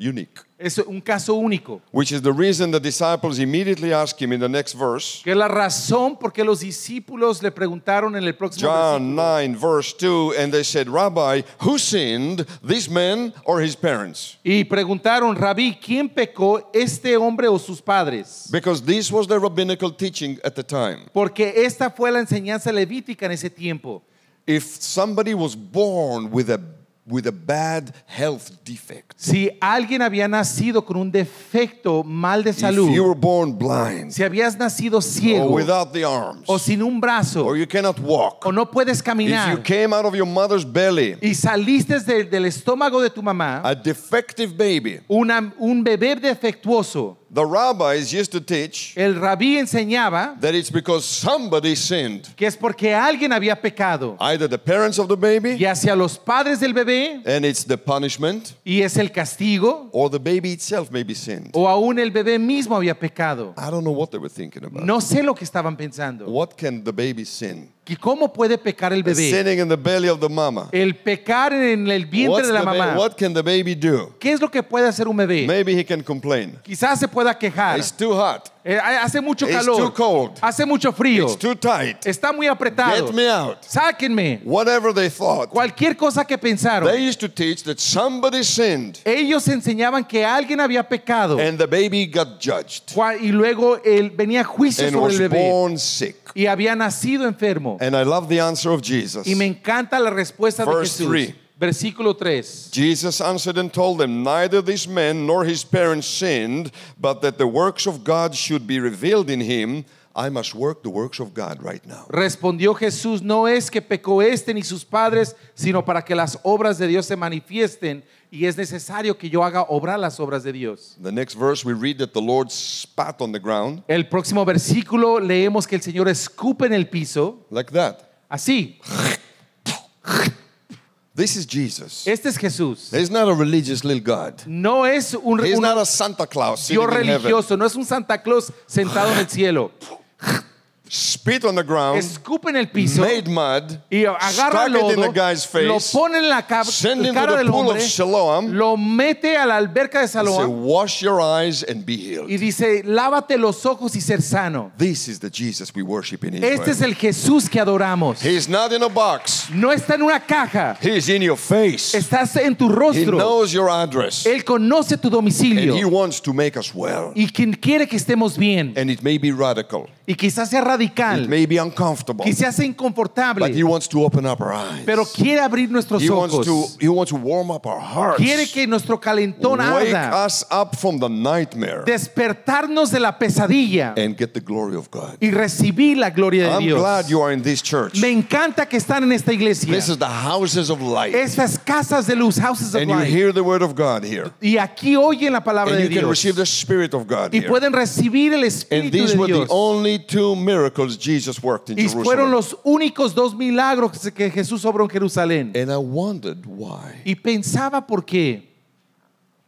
Speaker 2: Unique.
Speaker 3: Es un caso único.
Speaker 2: Which is the reason the disciples immediately ask him in the next verse.
Speaker 3: Que es la razón por qué los discípulos le preguntaron en el próximo
Speaker 2: John
Speaker 3: versículo.
Speaker 2: 9, verse 2, and they said, Rabbi, who sinned, this man or his parents?
Speaker 3: Y preguntaron, Rabí, ¿quién pecó, este hombre o sus padres?
Speaker 2: Because this was the rabbinical teaching at the time.
Speaker 3: Porque esta fue la enseñanza levítica en ese tiempo.
Speaker 2: If somebody was born with a with a bad health defect,
Speaker 3: Si alguien había nacido con un defecto mal de
Speaker 2: if you
Speaker 3: salud,
Speaker 2: were born blind
Speaker 3: si habías nacido
Speaker 2: or
Speaker 3: ciego
Speaker 2: without the arms,
Speaker 3: o sin un brazo
Speaker 2: or you cannot walk,
Speaker 3: o no puedes
Speaker 2: if you
Speaker 3: caminar
Speaker 2: came out of your mother's belly,
Speaker 3: y saliste del- del estómago de tu mamá,
Speaker 2: a defective baby,
Speaker 3: una- un bebé defectuoso,
Speaker 2: the rabbis used to teach
Speaker 3: el rabí enseñaba
Speaker 2: that it's because somebody sinned,
Speaker 3: que es porque alguien había pecado,
Speaker 2: either the parents of the baby,
Speaker 3: y hacia los padres del bebé,
Speaker 2: and it's the punishment,
Speaker 3: y es el castigo,
Speaker 2: or the baby itself maybe sinned.
Speaker 3: o aún el bebé mismo había pecado.
Speaker 2: I don't know what they were thinking about.
Speaker 3: No sé lo que estaban pensando.
Speaker 2: What can the baby sin?
Speaker 3: ¿Y cómo puede pecar el bebé?
Speaker 2: Sinning in the belly of the mama.
Speaker 3: El pecar en el vientre
Speaker 2: What's
Speaker 3: de la
Speaker 2: the ba-
Speaker 3: mamá.
Speaker 2: what can the baby do?
Speaker 3: ¿Qué es lo que puede hacer un bebé?
Speaker 2: Maybe he can complain.
Speaker 3: Quizás se pueda quejar.
Speaker 2: It's too hot.
Speaker 3: Eh, Hace mucho
Speaker 2: It's
Speaker 3: calor.
Speaker 2: too cold.
Speaker 3: Hace mucho frío.
Speaker 2: It's too tight.
Speaker 3: Está muy apretado.
Speaker 2: Get me out.
Speaker 3: Sáquenme.
Speaker 2: Whatever they thought.
Speaker 3: Cualquier cosa que pensaron.
Speaker 2: They used to teach that somebody sinned
Speaker 3: Ellos enseñaban que alguien había pecado.
Speaker 2: and the baby got judged
Speaker 3: Cua- Y luego él venía juicio
Speaker 2: and
Speaker 3: sobre
Speaker 2: was
Speaker 3: el bebé.
Speaker 2: born sick.
Speaker 3: y había nacido enfermo.
Speaker 2: And I love the answer of Jesus.
Speaker 3: Y me encanta la respuesta de
Speaker 2: Verse
Speaker 3: Jesús.
Speaker 2: three.
Speaker 3: Versículo 3.
Speaker 2: Jesus answered and told them, Neither this man nor his parents sinned, but that the works of God should be revealed in him. I must work the works of God right now.
Speaker 3: Respondió Jesús, no es que pecó este ni sus padres, sino para que las obras de Dios se manifiesten y es necesario que yo haga obrar las obras de Dios.
Speaker 2: The next verse we read that the Lord spat on the ground
Speaker 3: El próximo versículo leemos que el Señor escupe en el piso,
Speaker 2: like that.
Speaker 3: así,
Speaker 2: This is Jesus.
Speaker 3: Este es Jesús.
Speaker 2: There's not a religious little God.
Speaker 3: No es un,
Speaker 2: He's
Speaker 3: un
Speaker 2: not a Santa Claus sitting
Speaker 3: Dios
Speaker 2: in heaven.
Speaker 3: religioso, no es un Santa Claus sentado en el cielo.
Speaker 2: Spit on the ground,
Speaker 3: Escupe en el piso
Speaker 2: Um, made mud,
Speaker 3: y agarra
Speaker 2: stuck it in the
Speaker 3: lodo,
Speaker 2: guy's
Speaker 3: lo
Speaker 2: face,
Speaker 3: pone en la cab-
Speaker 2: send him to
Speaker 3: cara
Speaker 2: the
Speaker 3: del
Speaker 2: pool of
Speaker 3: hombre,
Speaker 2: Siloam,
Speaker 3: lo mete a la alberca de
Speaker 2: and say,
Speaker 3: Salomón
Speaker 2: wash your eyes and be healed.
Speaker 3: y dice, lávate los ojos y ser sano.
Speaker 2: This is the Jesus we worship in
Speaker 3: Este es
Speaker 2: Israel.
Speaker 3: el Jesús que adoramos.
Speaker 2: He's not in a box.
Speaker 3: No está en una caja,
Speaker 2: He's in your face.
Speaker 3: estás en tu
Speaker 2: He
Speaker 3: rostro.
Speaker 2: knows your address.
Speaker 3: Él conoce tu
Speaker 2: And he
Speaker 3: domicilio
Speaker 2: wants to make us well.
Speaker 3: y quien quiere que estemos bien
Speaker 2: And it may be radical.
Speaker 3: y quizás sea
Speaker 2: It
Speaker 3: radical,
Speaker 2: may be uncomfortable.
Speaker 3: quizás
Speaker 2: But
Speaker 3: sea
Speaker 2: he
Speaker 3: inconfortable,
Speaker 2: wants to open up our eyes.
Speaker 3: pero quiere abrir nuestros
Speaker 2: He wants to
Speaker 3: ojos.
Speaker 2: he wants to warm up our hearts.
Speaker 3: Quiere que nuestro calentón
Speaker 2: Wake
Speaker 3: arda,
Speaker 2: us up from the nightmare
Speaker 3: despertarnos de la pesadilla
Speaker 2: and get the glory of God.
Speaker 3: y recibir la gloria de
Speaker 2: I'm glad
Speaker 3: Dios.
Speaker 2: you are in this church.
Speaker 3: Me encanta que están en esta iglesia.
Speaker 2: This is the houses of light.
Speaker 3: Estas casas de luz, houses of
Speaker 2: And you
Speaker 3: light.
Speaker 2: hear the word of God here.
Speaker 3: Y aquí oyen la palabra
Speaker 2: And
Speaker 3: de
Speaker 2: you can
Speaker 3: Dios.
Speaker 2: receive the spirit of God
Speaker 3: Y
Speaker 2: here.
Speaker 3: pueden recibir el
Speaker 2: And
Speaker 3: Espíritu
Speaker 2: these were
Speaker 3: de
Speaker 2: the
Speaker 3: Dios.
Speaker 2: only two miracles Jesus worked in
Speaker 3: Y
Speaker 2: Jerusalem.
Speaker 3: fueron los únicos dos milagros que- que Jesús obró en Jerusalén.
Speaker 2: And I wondered why.
Speaker 3: Y pensaba por qué.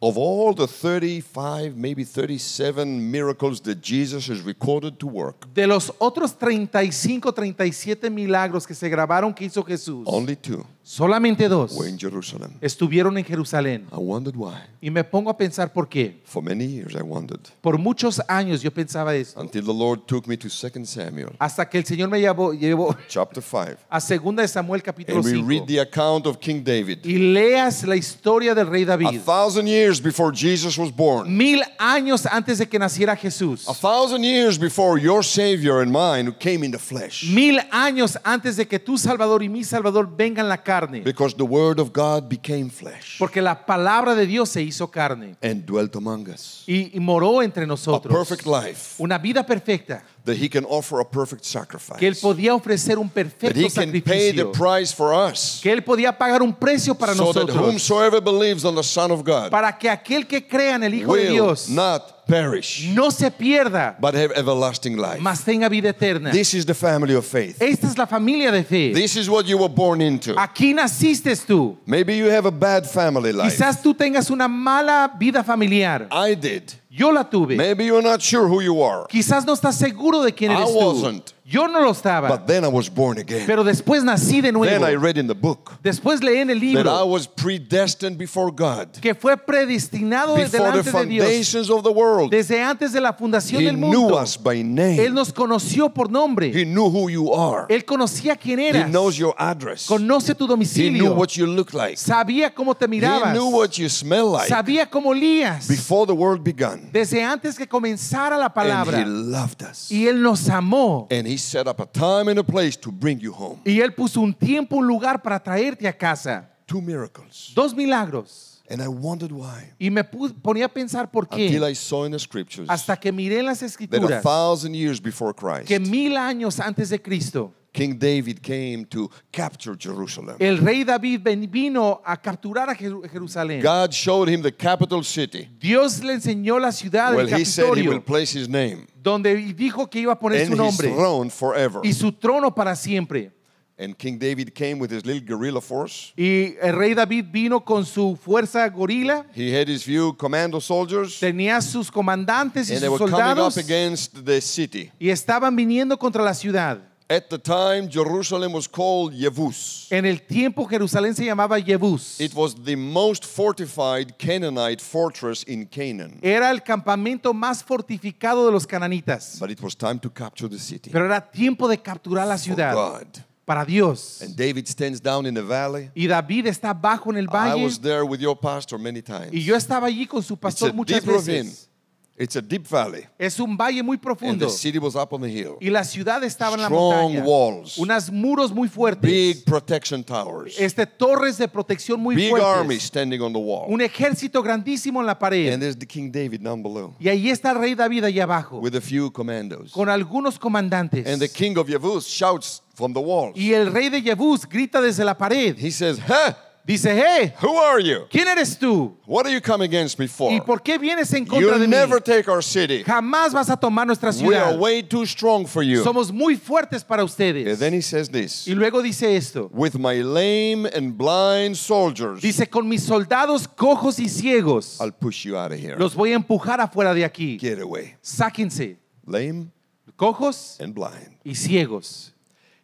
Speaker 2: Of all the 35, maybe 37 miracles that Jesus is recorded to work,
Speaker 3: De los otros 35, 37 milagros que se grabaron que hizo Jesús,
Speaker 2: only two
Speaker 3: solamente dos
Speaker 2: were in Jerusalem.
Speaker 3: estuvieron en Jerusalén.
Speaker 2: I wondered why.
Speaker 3: Y me pongo a pensar por qué.
Speaker 2: For many years I wondered.
Speaker 3: Por muchos años yo pensaba eso.
Speaker 2: Until the Lord took me to 2 Samuel
Speaker 3: Hasta que el Señor me llevó, llevó
Speaker 2: chapter 5.
Speaker 3: a 2 de Samuel capítulo
Speaker 2: And we
Speaker 3: 5.
Speaker 2: read the account of King David.
Speaker 3: Y leas la historia del rey
Speaker 2: A
Speaker 3: David.
Speaker 2: thousand years before Jesus was born.
Speaker 3: Mil años antes de que naciera Jesús.
Speaker 2: A thousand years before your Savior and mine who came in the flesh.
Speaker 3: Mil años antes de que tu Salvador y mi Salvador vengan la carne.
Speaker 2: Because the Word of God became flesh
Speaker 3: Porque la palabra de Dios se hizo carne
Speaker 2: and dwelt among us.
Speaker 3: y, y moró entre
Speaker 2: A
Speaker 3: nosotros.
Speaker 2: perfect life
Speaker 3: Una vida perfecta
Speaker 2: that He can offer a perfect
Speaker 3: que
Speaker 2: sacrifice.
Speaker 3: Él podía ofrecer un
Speaker 2: That He
Speaker 3: perfecto
Speaker 2: can pay the
Speaker 3: sacrificio.
Speaker 2: price for us.
Speaker 3: Que Él podía pagar un precio para
Speaker 2: So that
Speaker 3: nosotros.
Speaker 2: whomsoever believes on the Son of God
Speaker 3: Para que aquel que crea en el Hijo de
Speaker 2: will
Speaker 3: Dios
Speaker 2: not perish.
Speaker 3: no se pierda,
Speaker 2: but have everlasting life.
Speaker 3: mas Eh. tenga vida eterna.
Speaker 2: This is the family of faith.
Speaker 3: Esta es la familia de fe.
Speaker 2: This is what you were born into.
Speaker 3: Aquí naciste tú.
Speaker 2: Maybe you have a bad family life.
Speaker 3: Quizás tú tengas una mala vida familiar.
Speaker 2: I did.
Speaker 3: Yo la tuve.
Speaker 2: Maybe you're not sure who you are.
Speaker 3: Quizás no estás seguro de quién
Speaker 2: I
Speaker 3: eres tú.
Speaker 2: wasn't.
Speaker 3: Yo no lo estaba.
Speaker 2: But then I was born again.
Speaker 3: Pero después nací de
Speaker 2: Then I
Speaker 3: nuevo.
Speaker 2: read in the book
Speaker 3: Después leí en el
Speaker 2: that I
Speaker 3: libro
Speaker 2: was predestined before God,
Speaker 3: que fue predestinado
Speaker 2: before
Speaker 3: desde
Speaker 2: the
Speaker 3: delante de Dios.
Speaker 2: foundations of the world.
Speaker 3: Desde antes de la fundación
Speaker 2: He
Speaker 3: del
Speaker 2: knew
Speaker 3: mundo.
Speaker 2: us by
Speaker 3: Él
Speaker 2: name.
Speaker 3: nos conoció por nombre.
Speaker 2: He knew who you are.
Speaker 3: Él conocía quién
Speaker 2: He
Speaker 3: eras.
Speaker 2: knows your address.
Speaker 3: Conoce tu
Speaker 2: He knew
Speaker 3: domicilio.
Speaker 2: what you look like.
Speaker 3: Sabía cómo te
Speaker 2: He
Speaker 3: mirabas.
Speaker 2: knew what you smell like
Speaker 3: Sabía cómo olías.
Speaker 2: before the world began.
Speaker 3: Desde antes que comenzara la
Speaker 2: And he
Speaker 3: palabra.
Speaker 2: loved us.
Speaker 3: Y Él nos amó.
Speaker 2: And he set up a time and a place to bring you home.
Speaker 3: Y Él puso un tiempo, un lugar para traerte a casa.
Speaker 2: Two miracles.
Speaker 3: Dos milagros.
Speaker 2: And I wondered why.
Speaker 3: Y me pu- ponía a pensar por
Speaker 2: Until
Speaker 3: qué.
Speaker 2: I saw in the scriptures
Speaker 3: Hasta que miré en las
Speaker 2: that a
Speaker 3: escrituras
Speaker 2: thousand years before Christ,
Speaker 3: que mil años antes de Cristo,
Speaker 2: King David came to capture Jerusalem.
Speaker 3: el rey David ven- vino a capturar a Jeru- Jerusalén.
Speaker 2: God showed him the capital city
Speaker 3: Dios le enseñó la ciudad
Speaker 2: where
Speaker 3: del
Speaker 2: he said he will
Speaker 3: Capitolio,
Speaker 2: place his name
Speaker 3: donde dijo que iba a poner
Speaker 2: and
Speaker 3: su
Speaker 2: his
Speaker 3: nombre
Speaker 2: throne forever.
Speaker 3: y su trono para siempre.
Speaker 2: And King David came with his little guerrilla force.
Speaker 3: Y el rey David vino con su fuerza gorila,
Speaker 2: He had his few commando soldiers, and
Speaker 3: tenía sus comandantes y
Speaker 2: they
Speaker 3: sus
Speaker 2: were coming up
Speaker 3: soldados
Speaker 2: against the city.
Speaker 3: y estaban viniendo contra la ciudad.
Speaker 2: At the time, Jerusalem was called Yevus.
Speaker 3: En el tiempo Jerusalén se llamaba Jebús.
Speaker 2: It was the most fortified Canaanite fortress in Canaan.
Speaker 3: Era el campamento más fortificado de los cananitas.
Speaker 2: But it was time to capture the city.
Speaker 3: Pero era tiempo de capturar la
Speaker 2: for
Speaker 3: ciudad
Speaker 2: God.
Speaker 3: para Dios.
Speaker 2: And David stands down in the valley.
Speaker 3: Y David está abajo en el
Speaker 2: I
Speaker 3: valle
Speaker 2: was there with your pastor many times.
Speaker 3: y yo estaba allí con su
Speaker 2: it's a
Speaker 3: pastor muchas
Speaker 2: deep ravine.
Speaker 3: veces.
Speaker 2: It's a deep valley.
Speaker 3: Es un valle muy
Speaker 2: And
Speaker 3: profundo
Speaker 2: the city was up on the hill.
Speaker 3: y la ciudad estaba en la
Speaker 2: Strong
Speaker 3: montaña.
Speaker 2: walls.
Speaker 3: Unas muros muy fuertes.
Speaker 2: Big protection towers.
Speaker 3: Este torres de protección muy
Speaker 2: Big
Speaker 3: fuertes.
Speaker 2: army standing on the wall.
Speaker 3: Un ejército grandísimo en la
Speaker 2: And
Speaker 3: pared.
Speaker 2: there's the King David down below
Speaker 3: Y ahí está el rey David allá abajo
Speaker 2: with a few commandos.
Speaker 3: con algunos comandantes.
Speaker 2: And the king of Yevus shouts from the walls.
Speaker 3: Y el rey de Jebús grita desde la pared.
Speaker 2: He says, Ha!
Speaker 3: Dice, hey,
Speaker 2: Who are you?
Speaker 3: ¿quién eres tú?
Speaker 2: What are you come against me for?
Speaker 3: ¿Y por qué vienes en contra
Speaker 2: You
Speaker 3: de mí?
Speaker 2: never take our city.
Speaker 3: Jamás vas a tomar nuestra
Speaker 2: We are
Speaker 3: ciudad.
Speaker 2: way too strong for you.
Speaker 3: Somos muy fuertes para
Speaker 2: And
Speaker 3: ustedes.
Speaker 2: then he says this
Speaker 3: Y luego dice esto.
Speaker 2: With my lame and blind soldiers,
Speaker 3: Dice, con mis soldados cojos y ciegos,
Speaker 2: I'll push you out of here.
Speaker 3: los voy a empujar afuera de aquí.
Speaker 2: Get away.
Speaker 3: Sáquense,
Speaker 2: Lame
Speaker 3: cojos
Speaker 2: and blind.
Speaker 3: y ciegos.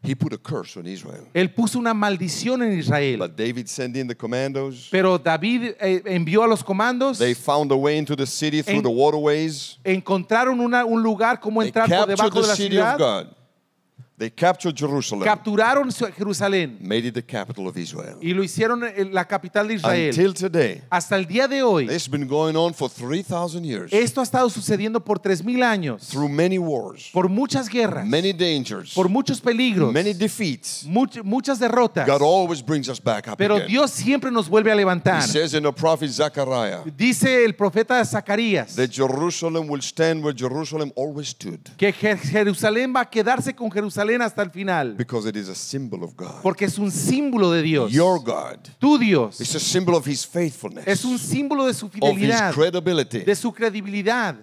Speaker 2: He put a curse on Israel.
Speaker 3: Él puso una maldición en Israel.
Speaker 2: But David sent in the commandos.
Speaker 3: Pero David eh, envió a los comandos,
Speaker 2: They found a way into the city through
Speaker 3: En-
Speaker 2: the waterways.
Speaker 3: encontraron una- un lugar como
Speaker 2: They
Speaker 3: entrar por
Speaker 2: captured
Speaker 3: debajo
Speaker 2: the
Speaker 3: de la
Speaker 2: city of
Speaker 3: ciudad,
Speaker 2: God. They captured Jerusalem,
Speaker 3: capturaron su- Jerusalén
Speaker 2: made it the capital of Israel.
Speaker 3: y lo hicieron en la capital de Israel.
Speaker 2: Until today,
Speaker 3: Hasta el día de hoy,
Speaker 2: this has been going on for 3,000 years
Speaker 3: esto ha estado sucediendo por 3.000 años,
Speaker 2: through many wars,
Speaker 3: por muchas guerras,
Speaker 2: many dangers,
Speaker 3: por muchos peligros,
Speaker 2: many defeats.
Speaker 3: much- muchas derrotas.
Speaker 2: God always brings us back up
Speaker 3: Pero
Speaker 2: again.
Speaker 3: Dios siempre nos vuelve a
Speaker 2: he
Speaker 3: levantar.
Speaker 2: says in the prophet Zechariah
Speaker 3: Dice el profeta Zacarías
Speaker 2: that Jerusalem will stand where Jerusalem always stood
Speaker 3: que Jer- Jerusalén va a quedarse con Jerusalén hasta el final,
Speaker 2: because it is a symbol of God.
Speaker 3: porque es un símbolo de Dios.
Speaker 2: Your God.
Speaker 3: Tu Dios
Speaker 2: It's a symbol of his faithfulness,
Speaker 3: es un símbolo de su
Speaker 2: of his
Speaker 3: fidelidad,
Speaker 2: credibility.
Speaker 3: de su credibilidad.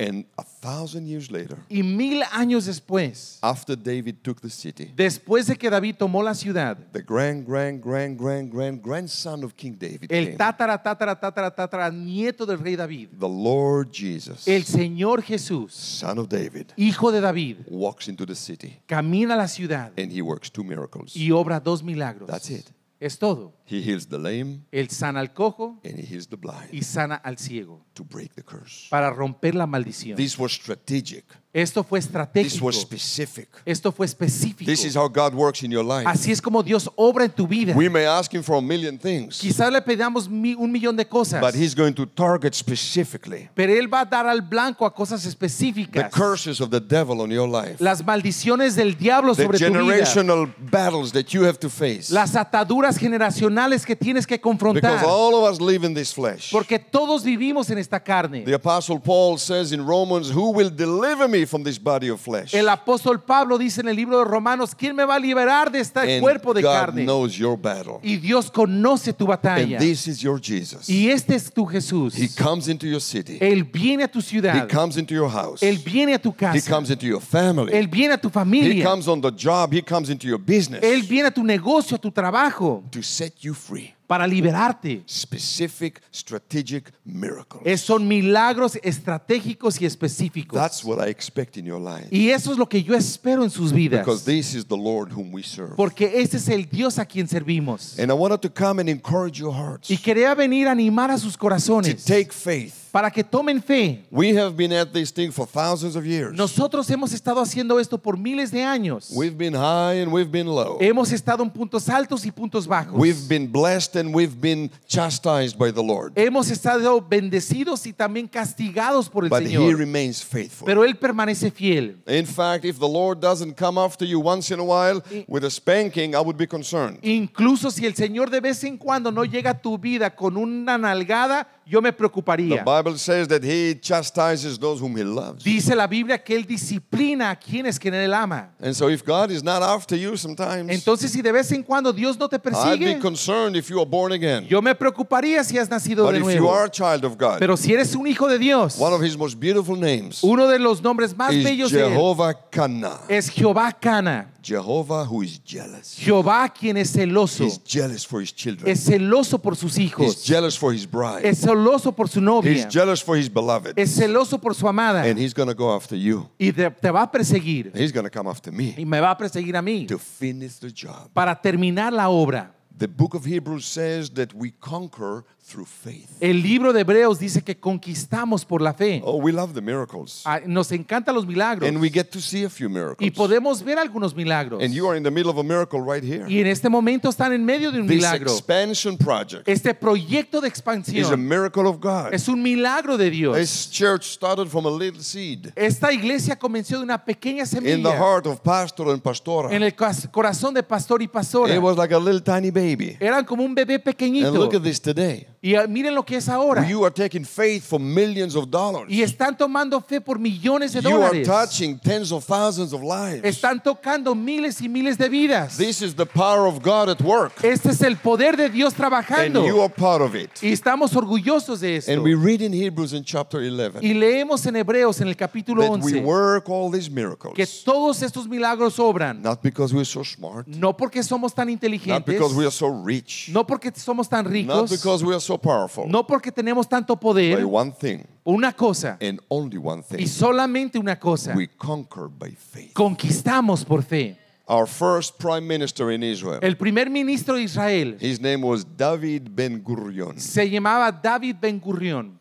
Speaker 2: And a thousand years later,
Speaker 3: Y mil años después,
Speaker 2: after David took the city,
Speaker 3: después de que David tomó la ciudad,
Speaker 2: the grand, grand, grand, grand, grand, grandson of King David
Speaker 3: el
Speaker 2: came.
Speaker 3: tátara, tátara, tátara, tátara, nieto del rey David,
Speaker 2: the Lord Jesus,
Speaker 3: el Señor Jesús,
Speaker 2: son of David,
Speaker 3: hijo de David,
Speaker 2: walks into the city
Speaker 3: camina a la ciudad
Speaker 2: and he works two miracles.
Speaker 3: y obra dos milagros.
Speaker 2: That's it.
Speaker 3: Es todo.
Speaker 2: He heals the lame
Speaker 3: Él sana al cojo
Speaker 2: and he heals the blind
Speaker 3: y sana al ciego
Speaker 2: to break the curse.
Speaker 3: para romper la maldición.
Speaker 2: This was strategic.
Speaker 3: Esto fue
Speaker 2: This
Speaker 3: estratégico.
Speaker 2: was specific.
Speaker 3: Esto fue específico.
Speaker 2: This is how God works in your life.
Speaker 3: Así es como Dios obra en tu vida.
Speaker 2: We may ask him for a million things,
Speaker 3: Quizás le pedamos mi- un millón de cosas,
Speaker 2: but he's going to target specifically
Speaker 3: pero Él va a dar al blanco a cosas
Speaker 2: the
Speaker 3: específicas.
Speaker 2: curses of the devil on your life.
Speaker 3: Las maldiciones del diablo
Speaker 2: the
Speaker 3: sobre tu vida.
Speaker 2: generational battles that you have to face.
Speaker 3: Las ataduras generacionales que tienes que
Speaker 2: because
Speaker 3: confrontar.
Speaker 2: all of us live in this flesh.
Speaker 3: Porque todos vivimos en esta carne.
Speaker 2: the Apostle Paul says in Romans, Who will deliver me from this body of flesh?
Speaker 3: El apóstol Pablo dice en el libro de Romanos, ¿quién me va a liberar de este
Speaker 2: and
Speaker 3: cuerpo de
Speaker 2: God
Speaker 3: carne?
Speaker 2: knows your battle.
Speaker 3: Y Dios conoce tu
Speaker 2: And
Speaker 3: batalla.
Speaker 2: this is your Jesus.
Speaker 3: Y este es tu Jesús.
Speaker 2: he comes into your city.
Speaker 3: Él viene a tu
Speaker 2: he
Speaker 3: ciudad.
Speaker 2: comes into your house.
Speaker 3: Él viene a tu
Speaker 2: he
Speaker 3: casa.
Speaker 2: comes into your family.
Speaker 3: Él viene a tu
Speaker 2: he
Speaker 3: familia.
Speaker 2: comes on the job. He comes into your business.
Speaker 3: Él viene a tu negocio, a tu trabajo,
Speaker 2: to set you free.
Speaker 3: para liberarte.
Speaker 2: Specific, strategic miracles.
Speaker 3: Es- son milagros estratégicos y específicos.
Speaker 2: That's what I expect in your life.
Speaker 3: y eso es lo que yo espero en sus vidas.
Speaker 2: Because this is the Lord whom we serve.
Speaker 3: Porque ese es el Dios a quien servimos.
Speaker 2: And I wanted to come and encourage your hearts
Speaker 3: Y quería venir a animar a sus
Speaker 2: to
Speaker 3: corazones
Speaker 2: take faith.
Speaker 3: para que tomen fe.
Speaker 2: We have been at this thing for thousands of years.
Speaker 3: Nosotros hemos estado haciendo esto por miles de años.
Speaker 2: We've been high and we've been low.
Speaker 3: Hemos estado en puntos altos y puntos bajos.
Speaker 2: We've been blessed and we've been chastised by the Lord.
Speaker 3: Hemos estado bendecidos y también castigados por el
Speaker 2: But He
Speaker 3: Señor.
Speaker 2: remains faithful.
Speaker 3: Pero Él permanece fiel.
Speaker 2: In fact, if the Lord doesn't come after you once in a while
Speaker 3: Y-
Speaker 2: with a spanking, I would be concerned.
Speaker 3: Incluso si el Señor de vez en cuando no llega a tu vida con una nalgada, yo me
Speaker 2: The
Speaker 3: preocuparía.
Speaker 2: Bible says that He chastises those whom He loves.
Speaker 3: Dice la Biblia que Él disciplina a quienes que Él ama.
Speaker 2: And so, if God is not after you sometimes,
Speaker 3: Entonces, si de vez en cuando Dios no te
Speaker 2: I'd be
Speaker 3: persigue,
Speaker 2: concerned if you are born again.
Speaker 3: yo me preocuparía si has nacido
Speaker 2: But
Speaker 3: de
Speaker 2: if you
Speaker 3: nuevo.
Speaker 2: are a child of God,
Speaker 3: Pero si eres un hijo de Dios,
Speaker 2: One of his most beautiful names
Speaker 3: uno de los nombres más Eh.
Speaker 2: is
Speaker 3: bellos de Él
Speaker 2: Jehovah Kana.
Speaker 3: es Jehová Cana.
Speaker 2: Jehovah who is jealous.
Speaker 3: Jehová quien es celoso.
Speaker 2: He's jealous for his children.
Speaker 3: Es celoso por sus
Speaker 2: He's
Speaker 3: hijos.
Speaker 2: jealous for his bride.
Speaker 3: Es celoso por su
Speaker 2: He's
Speaker 3: novia.
Speaker 2: jealous for his beloved.
Speaker 3: Es celoso por su amada.
Speaker 2: And he's going to go after you.
Speaker 3: Y te, te va a perseguir.
Speaker 2: He's going to come after me
Speaker 3: Y me va a perseguir a mí.
Speaker 2: to finish the job.
Speaker 3: Para terminar la obra.
Speaker 2: The book of Hebrews says that we conquer through faith.
Speaker 3: El libro de Hebreos dice que conquistamos por la fe.
Speaker 2: Oh, we love the miracles.
Speaker 3: Ah, Nos encantan los milagros.
Speaker 2: And we get to see a few
Speaker 3: Y
Speaker 2: miracles.
Speaker 3: podemos ver algunos milagros.
Speaker 2: And you are in the middle of a miracle right here.
Speaker 3: Y en este momento están en medio de un
Speaker 2: This
Speaker 3: milagro.
Speaker 2: expansion project
Speaker 3: Este proyecto
Speaker 2: is
Speaker 3: de
Speaker 2: a
Speaker 3: expansión
Speaker 2: miracle of God.
Speaker 3: es un milagro de Dios.
Speaker 2: This church started from a little seed
Speaker 3: Esta iglesia comenzó de una pequeña
Speaker 2: in the
Speaker 3: semilla.
Speaker 2: heart of pastor and pastora.
Speaker 3: en el cas- corazón de pastor y pastora.
Speaker 2: It was like a little tiny baby.
Speaker 3: Eran como un bebé
Speaker 2: And
Speaker 3: pequeñito.
Speaker 2: look at this today.
Speaker 3: Y ah, miren lo que es ahora.
Speaker 2: You are taking faith for millions of dollars.
Speaker 3: Y están tomando fe por millones de
Speaker 2: You are
Speaker 3: dólares.
Speaker 2: touching tens of thousands of lives.
Speaker 3: Están tocando miles y miles de vidas.
Speaker 2: This is the power of God at work.
Speaker 3: Este es el poder de Dios
Speaker 2: And you
Speaker 3: trabajando.
Speaker 2: are part of it.
Speaker 3: Y estamos orgullosos de
Speaker 2: And
Speaker 3: esto.
Speaker 2: we read in Hebrews in chapter 11
Speaker 3: Y leemos en Hebreos en el capítulo
Speaker 2: that we
Speaker 3: 11
Speaker 2: work all these
Speaker 3: que
Speaker 2: miracles
Speaker 3: todos estos milagros obran
Speaker 2: not because we're so smart,
Speaker 3: no porque somos tan
Speaker 2: not
Speaker 3: inteligentes,
Speaker 2: because we are so rich,
Speaker 3: no porque somos tan
Speaker 2: not
Speaker 3: ricos,
Speaker 2: because we are so powerful,
Speaker 3: no porque tenemos tanto
Speaker 2: by
Speaker 3: poder,
Speaker 2: one thing
Speaker 3: una cosa
Speaker 2: and only one thing.
Speaker 3: y solamente una cosa,
Speaker 2: We conquer by faith.
Speaker 3: conquistamos por fe.
Speaker 2: Our first prime minister in Israel,
Speaker 3: El primer ministro de Israel
Speaker 2: his name was David Ben Gurion.
Speaker 3: se llamaba David Ben Gurrión.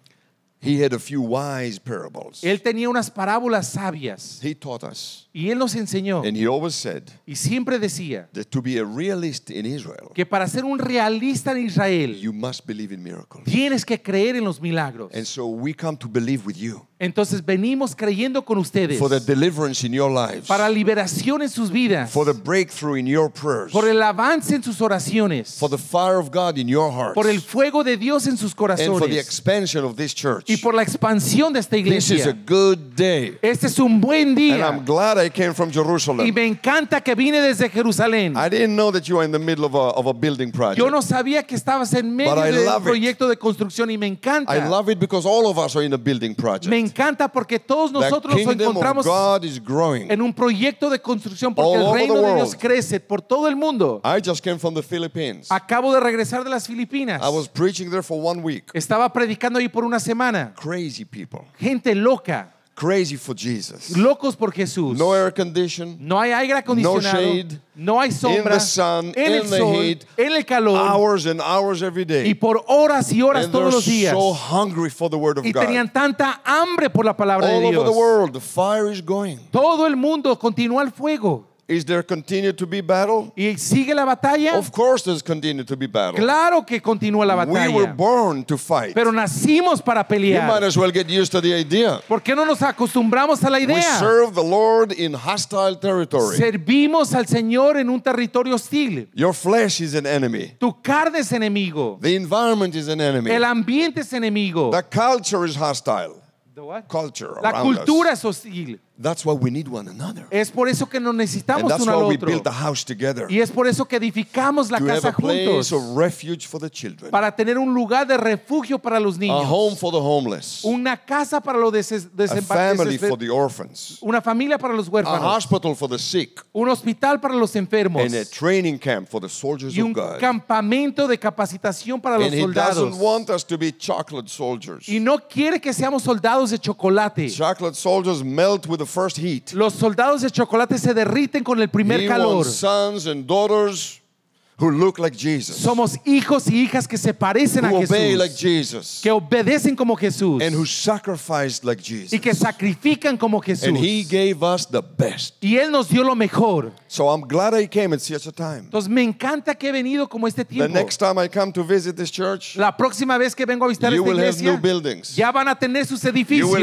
Speaker 2: He had a few wise parables.
Speaker 3: Él tenía unas parábolas sabias
Speaker 2: He taught us,
Speaker 3: y él nos enseñó
Speaker 2: and he always said
Speaker 3: y siempre decía
Speaker 2: that to be a realist in Israel,
Speaker 3: que para ser un realista en Israel
Speaker 2: you must believe in miracles.
Speaker 3: tienes que creer en los milagros.
Speaker 2: And so we come to believe with you
Speaker 3: Entonces venimos creyendo con ustedes
Speaker 2: for the deliverance in your lives,
Speaker 3: para liberación en sus vidas,
Speaker 2: for the breakthrough in your prayers,
Speaker 3: por el avance en sus oraciones,
Speaker 2: for the fire of God in your hearts,
Speaker 3: por el fuego de Dios en sus
Speaker 2: and for the
Speaker 3: corazones
Speaker 2: expansion of this church.
Speaker 3: y por la expansión de esta
Speaker 2: This is a
Speaker 3: iglesia.
Speaker 2: good day.
Speaker 3: Este es un buen
Speaker 2: And I'm
Speaker 3: día
Speaker 2: glad I came from
Speaker 3: y
Speaker 2: Jerusalem.
Speaker 3: me encanta que vine desde Jerusalén.
Speaker 2: I didn't know that you were in the middle of a, of a building
Speaker 3: Yo
Speaker 2: project.
Speaker 3: no sabía que estabas en medio
Speaker 2: But I
Speaker 3: de
Speaker 2: love
Speaker 3: un
Speaker 2: it.
Speaker 3: proyecto de construcción y me
Speaker 2: I
Speaker 3: encanta.
Speaker 2: love it because all of us are in a building
Speaker 3: Me
Speaker 2: project.
Speaker 3: encanta porque todos nosotros
Speaker 2: the
Speaker 3: nos
Speaker 2: kingdom of
Speaker 3: encontramos
Speaker 2: God is growing.
Speaker 3: en un proyecto de construcción porque
Speaker 2: All
Speaker 3: el
Speaker 2: over
Speaker 3: reino
Speaker 2: the
Speaker 3: de
Speaker 2: world.
Speaker 3: Dios crece por todo el mundo.
Speaker 2: I just came from the Philippines.
Speaker 3: Acabo de regresar de las Filipinas.
Speaker 2: I was preaching there for one week.
Speaker 3: Estaba predicando ahí por una semana.
Speaker 2: Crazy people.
Speaker 3: Gente loca,
Speaker 2: Crazy for Jesus.
Speaker 3: locos por Jesús.
Speaker 2: No air condition.
Speaker 3: No hay aire acondicionado,
Speaker 2: No shade.
Speaker 3: no hay sombra,
Speaker 2: In the sun,
Speaker 3: en el
Speaker 2: in the
Speaker 3: sol,
Speaker 2: heat,
Speaker 3: en el calor
Speaker 2: Hours and hours every
Speaker 3: y
Speaker 2: day.
Speaker 3: por horas y horas
Speaker 2: And they're
Speaker 3: todos los días.
Speaker 2: so hungry for the word of
Speaker 3: Y
Speaker 2: God.
Speaker 3: tenían tanta hambre por la palabra de
Speaker 2: All over the
Speaker 3: Dios.
Speaker 2: world, the fire is going.
Speaker 3: Todo el mundo continúa el fuego
Speaker 2: Is there continued to be battle?
Speaker 3: y sigue la batalla.
Speaker 2: Of course, there's continued to be battle.
Speaker 3: Claro que continúa la
Speaker 2: We were
Speaker 3: batalla,
Speaker 2: born to fight.
Speaker 3: pero nacimos para
Speaker 2: You might
Speaker 3: pelear.
Speaker 2: as well get used to the idea.
Speaker 3: ¿Por qué no nos acostumbramos a la
Speaker 2: We
Speaker 3: idea?
Speaker 2: serve the Lord in hostile territory.
Speaker 3: Servimos al Señor en un territorio hostil.
Speaker 2: Your flesh is an enemy.
Speaker 3: Tu carne es enemigo.
Speaker 2: The environment is an enemy.
Speaker 3: El ambiente es enemigo.
Speaker 2: The culture is hostile. Culture
Speaker 3: La
Speaker 2: around
Speaker 3: cultura
Speaker 2: us.
Speaker 3: es hostil.
Speaker 2: That's why we need one another.
Speaker 3: Es por eso que nos
Speaker 2: And
Speaker 3: necesitamos
Speaker 2: that's
Speaker 3: uno
Speaker 2: why
Speaker 3: al
Speaker 2: we
Speaker 3: otro.
Speaker 2: build the house together.
Speaker 3: Y es por eso que edificamos la
Speaker 2: to have
Speaker 3: casa
Speaker 2: a place
Speaker 3: juntos
Speaker 2: of refuge for the children.
Speaker 3: para tener un lugar de refugio para los
Speaker 2: A
Speaker 3: niños,
Speaker 2: home for the homeless.
Speaker 3: una casa para los deses-
Speaker 2: A
Speaker 3: desempa-
Speaker 2: family
Speaker 3: desesper-
Speaker 2: for the orphans.
Speaker 3: una familia para los
Speaker 2: A
Speaker 3: huérfanos,
Speaker 2: hospital for the sick.
Speaker 3: un hospital para los enfermos
Speaker 2: And a training camp for the soldiers
Speaker 3: y un
Speaker 2: of God.
Speaker 3: campamento de capacitación para los
Speaker 2: And he doesn't
Speaker 3: soldados.
Speaker 2: want us to be chocolate soldiers.
Speaker 3: Y no quiere que seamos soldados de chocolate.
Speaker 2: Chocolate soldiers melt with the first heat.
Speaker 3: Los soldados de chocolate se derriten con el primer
Speaker 2: he
Speaker 3: calor.
Speaker 2: wants sons and daughters who look like Jesus,
Speaker 3: Somos hijos y hijas que se parecen a
Speaker 2: who obey like
Speaker 3: Jesús,
Speaker 2: Jesus,
Speaker 3: que obedecen como Jesús
Speaker 2: and who sacrificed like Jesus.
Speaker 3: y que sacrifican como
Speaker 2: and he
Speaker 3: Jesús.
Speaker 2: gave us the best.
Speaker 3: Y Él nos dio lo mejor.
Speaker 2: So I'm glad I came at such a time.
Speaker 3: Entonces me encanta que he venido como este
Speaker 2: The
Speaker 3: tiempo.
Speaker 2: next time I come to visit this church,
Speaker 3: La próxima vez que vengo a visitar
Speaker 2: you
Speaker 3: esta
Speaker 2: will have new
Speaker 3: iglesia,
Speaker 2: buildings.
Speaker 3: ya van a tener sus
Speaker 2: You will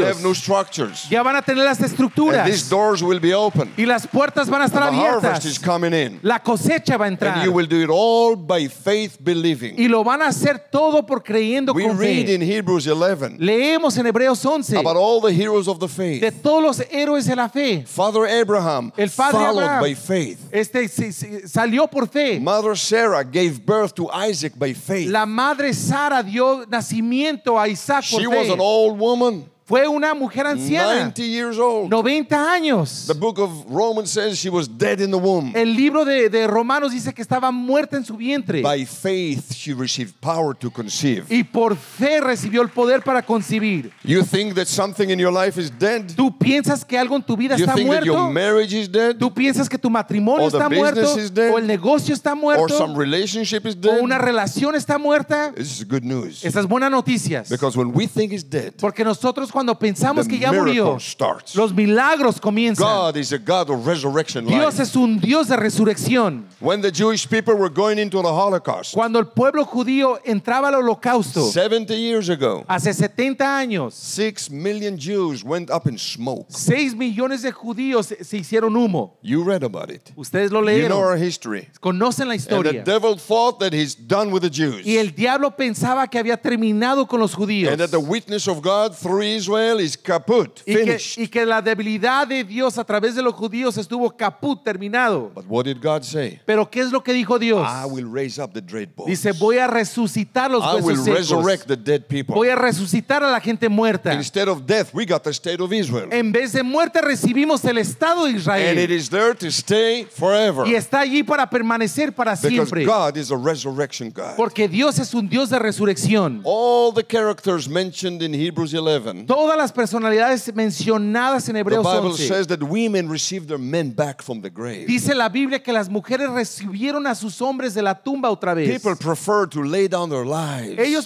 Speaker 2: have new
Speaker 3: edificios,
Speaker 2: structures.
Speaker 3: ya van a tener las
Speaker 2: And these
Speaker 3: estructuras
Speaker 2: doors will be open.
Speaker 3: y las puertas van a estar
Speaker 2: the harvest is
Speaker 3: abiertas.
Speaker 2: coming in.
Speaker 3: La cosecha va a
Speaker 2: And
Speaker 3: entrar
Speaker 2: you will do it all by faith believing.
Speaker 3: y lo van a hacer todo por creyendo
Speaker 2: We
Speaker 3: con
Speaker 2: read
Speaker 3: fe.
Speaker 2: in Hebrews 11
Speaker 3: Leemos en Hebreos 11
Speaker 2: about all the heroes of the
Speaker 3: de
Speaker 2: faith.
Speaker 3: todos los héroes de la fe.
Speaker 2: Father Abraham
Speaker 3: El padre
Speaker 2: followed
Speaker 3: Abraham.
Speaker 2: by faith.
Speaker 3: Este se- se- salió por fe.
Speaker 2: Mother Sarah gave birth to Isaac by faith.
Speaker 3: La madre Sara dio nacimiento a Isaac por
Speaker 2: She was
Speaker 3: fe.
Speaker 2: an old woman,
Speaker 3: Fue una mujer anciana,
Speaker 2: 90 years old.
Speaker 3: 90
Speaker 2: The
Speaker 3: años.
Speaker 2: book of Romans says she was dead in the womb.
Speaker 3: El libro de, de Romanos dice que estaba muerta en su vientre
Speaker 2: By faith, she received power to conceive.
Speaker 3: y por fe recibió el poder para concebir.
Speaker 2: You think that something in your life is dead?
Speaker 3: ¿Tú piensas que algo en tu vida
Speaker 2: You
Speaker 3: está
Speaker 2: think that your
Speaker 3: muerto?
Speaker 2: marriage is dead?
Speaker 3: ¿Tú piensas que tu matrimonio
Speaker 2: Or the
Speaker 3: está muerto?
Speaker 2: business is dead?
Speaker 3: ¿O el negocio está
Speaker 2: Or some
Speaker 3: muerto?
Speaker 2: relationship is
Speaker 3: ¿O
Speaker 2: dead?
Speaker 3: una relación está muerta?
Speaker 2: This is good news.
Speaker 3: Estas buenas noticias.
Speaker 2: Because when we think it's dead,
Speaker 3: Porque nosotros cuando pensamos
Speaker 2: The
Speaker 3: que ya murió,
Speaker 2: miracle starts.
Speaker 3: los milagros comienzan.
Speaker 2: God is a God of resurrection
Speaker 3: Dios
Speaker 2: life.
Speaker 3: es un Dios de resurrección.
Speaker 2: When the Jewish people were going into the Holocaust
Speaker 3: Cuando el pueblo judío entraba al holocausto
Speaker 2: 70 years ago,
Speaker 3: hace 70 años,
Speaker 2: six million Jews went up in smoke.
Speaker 3: 6 millones de judíos se se hicieron humo.
Speaker 2: You read about it.
Speaker 3: Ustedes lo
Speaker 2: You know
Speaker 3: leyeron,
Speaker 2: our history.
Speaker 3: conocen la
Speaker 2: And the
Speaker 3: historia.
Speaker 2: devil thought that he's done with the Jews.
Speaker 3: Y el diablo pensaba que había terminado con los judíos.
Speaker 2: And that the witness of God through Israel is kaput,
Speaker 3: Y que,
Speaker 2: finished.
Speaker 3: y que la debilidad de Dios a través de los judíos estuvo caput, terminado.
Speaker 2: But what did God say?
Speaker 3: Pero ¿qué es lo que dijo Dios?
Speaker 2: I will raise up the dead bones.
Speaker 3: Dice, voy a resucitar los
Speaker 2: I will
Speaker 3: huesos secos.
Speaker 2: resurrect the dead people.
Speaker 3: Voy a resucitar a la gente muerta.
Speaker 2: Instead of death, we got the state of Israel.
Speaker 3: En vez de muerte recibimos el Estado de
Speaker 2: And it
Speaker 3: Israel.
Speaker 2: is there to stay forever.
Speaker 3: Y está allí para permanecer para
Speaker 2: Because
Speaker 3: siempre.
Speaker 2: God is a resurrection God.
Speaker 3: Porque Dios es un Dios de resurrección.
Speaker 2: All the characters mentioned in Hebrews 11,
Speaker 3: Todas las personalidades mencionadas en
Speaker 2: the
Speaker 3: Hebreos
Speaker 2: Bible
Speaker 3: 11.
Speaker 2: says that women received their men back from the grave.
Speaker 3: Dice la Biblia que las mujeres recibieron a sus hombres de la tumba otra vez.
Speaker 2: People prefer to lay down their
Speaker 3: Ellos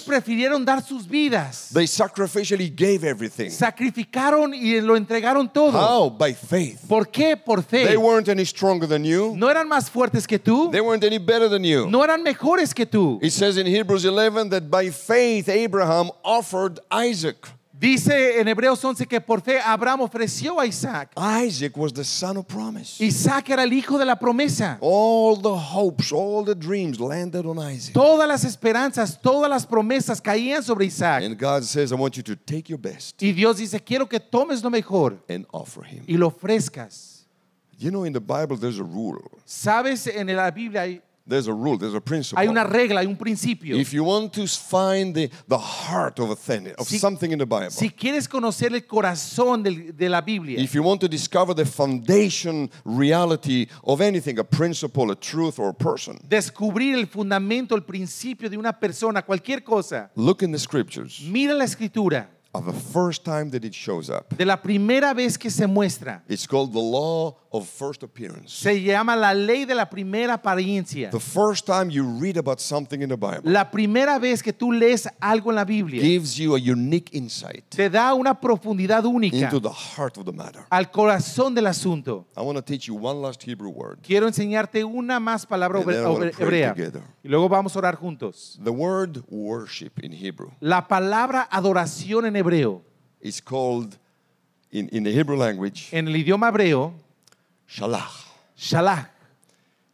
Speaker 2: lives.
Speaker 3: prefirieron dar sus vidas.
Speaker 2: They sacrificially gave everything.
Speaker 3: Sacrificaron y lo entregaron todo.
Speaker 2: How? By faith.
Speaker 3: ¿Por qué? Por fe.
Speaker 2: They weren't any stronger than you.
Speaker 3: No eran más fuertes que tú.
Speaker 2: They weren't any better than you.
Speaker 3: No eran mejores que tú.
Speaker 2: It says in Hebrews 11 that by faith Abraham offered Isaac.
Speaker 3: Dice en Hebreos 11 que por fe Abraham ofreció a Isaac.
Speaker 2: Isaac was the son of promise.
Speaker 3: Isaac era el hijo de la promesa.
Speaker 2: All the hopes, all the dreams landed on Isaac.
Speaker 3: Todas las esperanzas, todas las promesas caían sobre Isaac.
Speaker 2: And God says, I want you to take your best
Speaker 3: Y Dios dice, quiero que tomes lo mejor
Speaker 2: and offer him.
Speaker 3: y lo ofrezcas.
Speaker 2: You know, in the Bible, there's a rule.
Speaker 3: Sabes, en la Biblia hay,
Speaker 2: There's a rule, there's a
Speaker 3: hay una
Speaker 2: principle.
Speaker 3: regla, hay un principio.
Speaker 2: If you want to find the, the heart of a thing, of
Speaker 3: Si-
Speaker 2: something in the Bible,
Speaker 3: Si quieres conocer el corazón del- de la Biblia,
Speaker 2: if you want to discover the foundation reality of anything, a principle, a truth, or a person,
Speaker 3: descubrir el fundamento, el principio de una persona, cualquier cosa,
Speaker 2: look in the scriptures
Speaker 3: mira la escritura
Speaker 2: of the first time that it shows up.
Speaker 3: de la primera vez que se muestra.
Speaker 2: It's called the law of first appearance.
Speaker 3: Se llama la ley de la primera apariencia.
Speaker 2: The first time you read about something in the Bible
Speaker 3: La primera vez que tú lees algo en la Biblia
Speaker 2: gives you a unique insight
Speaker 3: te da una profundidad única
Speaker 2: into the heart of the matter.
Speaker 3: al corazón del asunto.
Speaker 2: I want to teach you one last Hebrew word.
Speaker 3: Quiero enseñarte una más palabra
Speaker 2: And then I wanna
Speaker 3: hebre-
Speaker 2: pray
Speaker 3: hebrea
Speaker 2: together.
Speaker 3: y luego vamos a orar juntos.
Speaker 2: The word worship in Hebrew
Speaker 3: La palabra adoración en hebreo,
Speaker 2: is called, in, in the Hebrew language,
Speaker 3: en el idioma hebreo,
Speaker 2: shalach.
Speaker 3: shalach.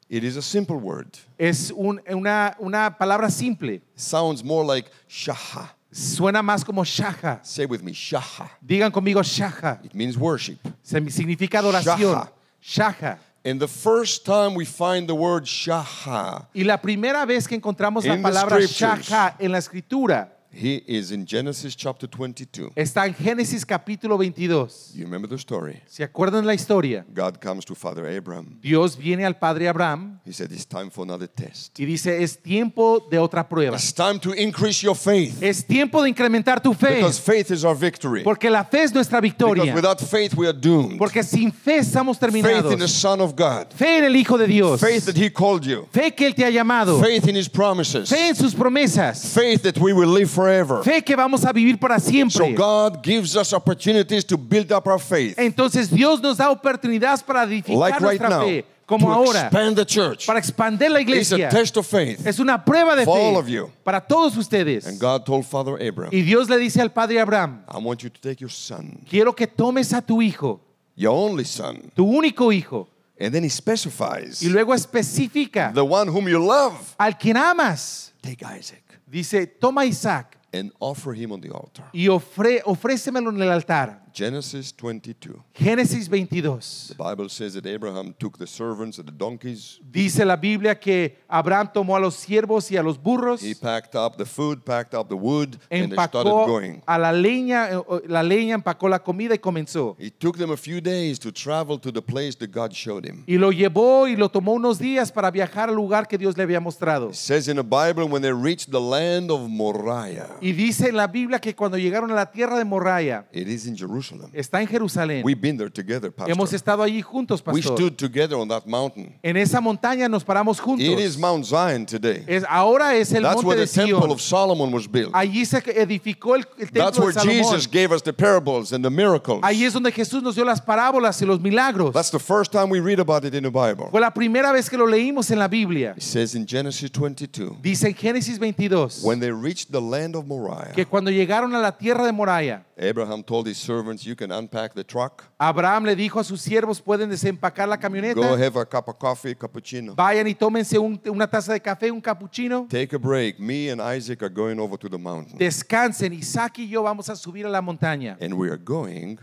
Speaker 2: It is a simple word.
Speaker 3: Es un- una, una palabra simple.
Speaker 2: Sounds more like shaha.
Speaker 3: Suena más como shaja.
Speaker 2: Say with me, shaha.
Speaker 3: Digan conmigo shaja.
Speaker 2: It means worship.
Speaker 3: Se- Significa adoración. Shaja.
Speaker 2: And the first time we find the word shaha,
Speaker 3: Y la primera vez que encontramos
Speaker 2: In
Speaker 3: la
Speaker 2: the
Speaker 3: palabra
Speaker 2: scriptures.
Speaker 3: shaja en la escritura
Speaker 2: he is in Genesis chapter 22.
Speaker 3: está en Génesis capítulo 22.
Speaker 2: You remember the story?
Speaker 3: ¿Se acuerdan la historia?
Speaker 2: God comes to Father Abraham.
Speaker 3: Dios viene al padre Abraham
Speaker 2: He said, It's time for another test.
Speaker 3: y dice, es tiempo de otra prueba.
Speaker 2: It's time to increase your faith.
Speaker 3: Es tiempo de incrementar tu fe,
Speaker 2: Because faith is our victory.
Speaker 3: porque la fe es nuestra
Speaker 2: Because
Speaker 3: victoria,
Speaker 2: without faith, we are doomed.
Speaker 3: porque sin fe estamos
Speaker 2: Faith in the
Speaker 3: terminados.
Speaker 2: Son of God.
Speaker 3: Fe en el Hijo de Dios,
Speaker 2: Faith that He called you.
Speaker 3: fe que Él te ha llamado,
Speaker 2: Faith in His promises.
Speaker 3: fe en sus promesas,
Speaker 2: Faith that we will live forever.
Speaker 3: fe que vamos a vivir para
Speaker 2: So
Speaker 3: siempre.
Speaker 2: God gives us opportunities to build up our faith.
Speaker 3: Entonces Dios nos da oportunidades para
Speaker 2: Like right
Speaker 3: edificar nuestra
Speaker 2: now.
Speaker 3: fe, como
Speaker 2: to
Speaker 3: ahora,
Speaker 2: expand the church.
Speaker 3: para expandir la
Speaker 2: It's a
Speaker 3: iglesia.
Speaker 2: test of faith.
Speaker 3: Es una prueba de
Speaker 2: For all of
Speaker 3: fe
Speaker 2: you.
Speaker 3: para todos ustedes.
Speaker 2: And God told Father Abraham,
Speaker 3: Y Dios le dice al padre Abraham,
Speaker 2: I want you to take your son,
Speaker 3: quiero que tomes a tu hijo,
Speaker 2: your only son.
Speaker 3: tu único hijo,
Speaker 2: And then He specifies
Speaker 3: y luego especifica
Speaker 2: the one whom you love.
Speaker 3: al quien amas.
Speaker 2: Take Isaac
Speaker 3: Dice, toma a Isaac
Speaker 2: and offer him on the altar.
Speaker 3: y ofre, ofrécemelo en el altar.
Speaker 2: Genesis 22.
Speaker 3: Génesis 22.
Speaker 2: The Bible says that Abraham took the servants and the donkeys.
Speaker 3: Dice la Biblia que Abraham tomó a los siervos y a los burros,
Speaker 2: He packed up the food, packed up the wood, and they started
Speaker 3: empacó
Speaker 2: going.
Speaker 3: a la leña, eh, eh, la leña empacó la comida y comenzó.
Speaker 2: It took them a few days to travel to the place that God showed him.
Speaker 3: Y lo llevó y lo tomó unos días para viajar al lugar que Dios le había mostrado.
Speaker 2: It says in the Bible when they reached the land of Moriah,
Speaker 3: Y dice en la Biblia que cuando llegaron a la tierra de Moriah,
Speaker 2: it is in Jerusalem.
Speaker 3: Está en Jerusalén.
Speaker 2: We've been there together,
Speaker 3: Hemos
Speaker 2: Pastor.
Speaker 3: estado allí juntos,
Speaker 2: We
Speaker 3: pastor.
Speaker 2: stood together on that mountain.
Speaker 3: En esa montaña nos paramos
Speaker 2: It is
Speaker 3: juntos.
Speaker 2: Mount Zion today.
Speaker 3: Es, ahora es el
Speaker 2: That's
Speaker 3: monte
Speaker 2: where
Speaker 3: de
Speaker 2: the temple
Speaker 3: Sion.
Speaker 2: of Solomon was built.
Speaker 3: Allí se edificó el, el
Speaker 2: That's
Speaker 3: templo de
Speaker 2: where
Speaker 3: Salomón.
Speaker 2: Jesus gave us the parables and the miracles.
Speaker 3: Ahí es donde Jesús nos dio las parábolas y los milagros.
Speaker 2: That's the first time we read about it in the Bible.
Speaker 3: Fue la primera vez que lo leímos en la Biblia.
Speaker 2: It says in Genesis 22,
Speaker 3: Dice en Génesis 22
Speaker 2: when they reached the land of Moriah,
Speaker 3: que cuando llegaron a la tierra de Moraya,
Speaker 2: Abraham told his servants, You can unpack the truck,
Speaker 3: Abraham le dijo a sus siervos, pueden desempacar la
Speaker 2: go
Speaker 3: camioneta,
Speaker 2: have a cup of coffee, cappuccino.
Speaker 3: vayan y tómense un- una taza de café, un capuchino,
Speaker 2: Take a break. Me and Isaac are going over to the mountain.
Speaker 3: descansen, Isaac y yo vamos a subir a la montaña
Speaker 2: And we are going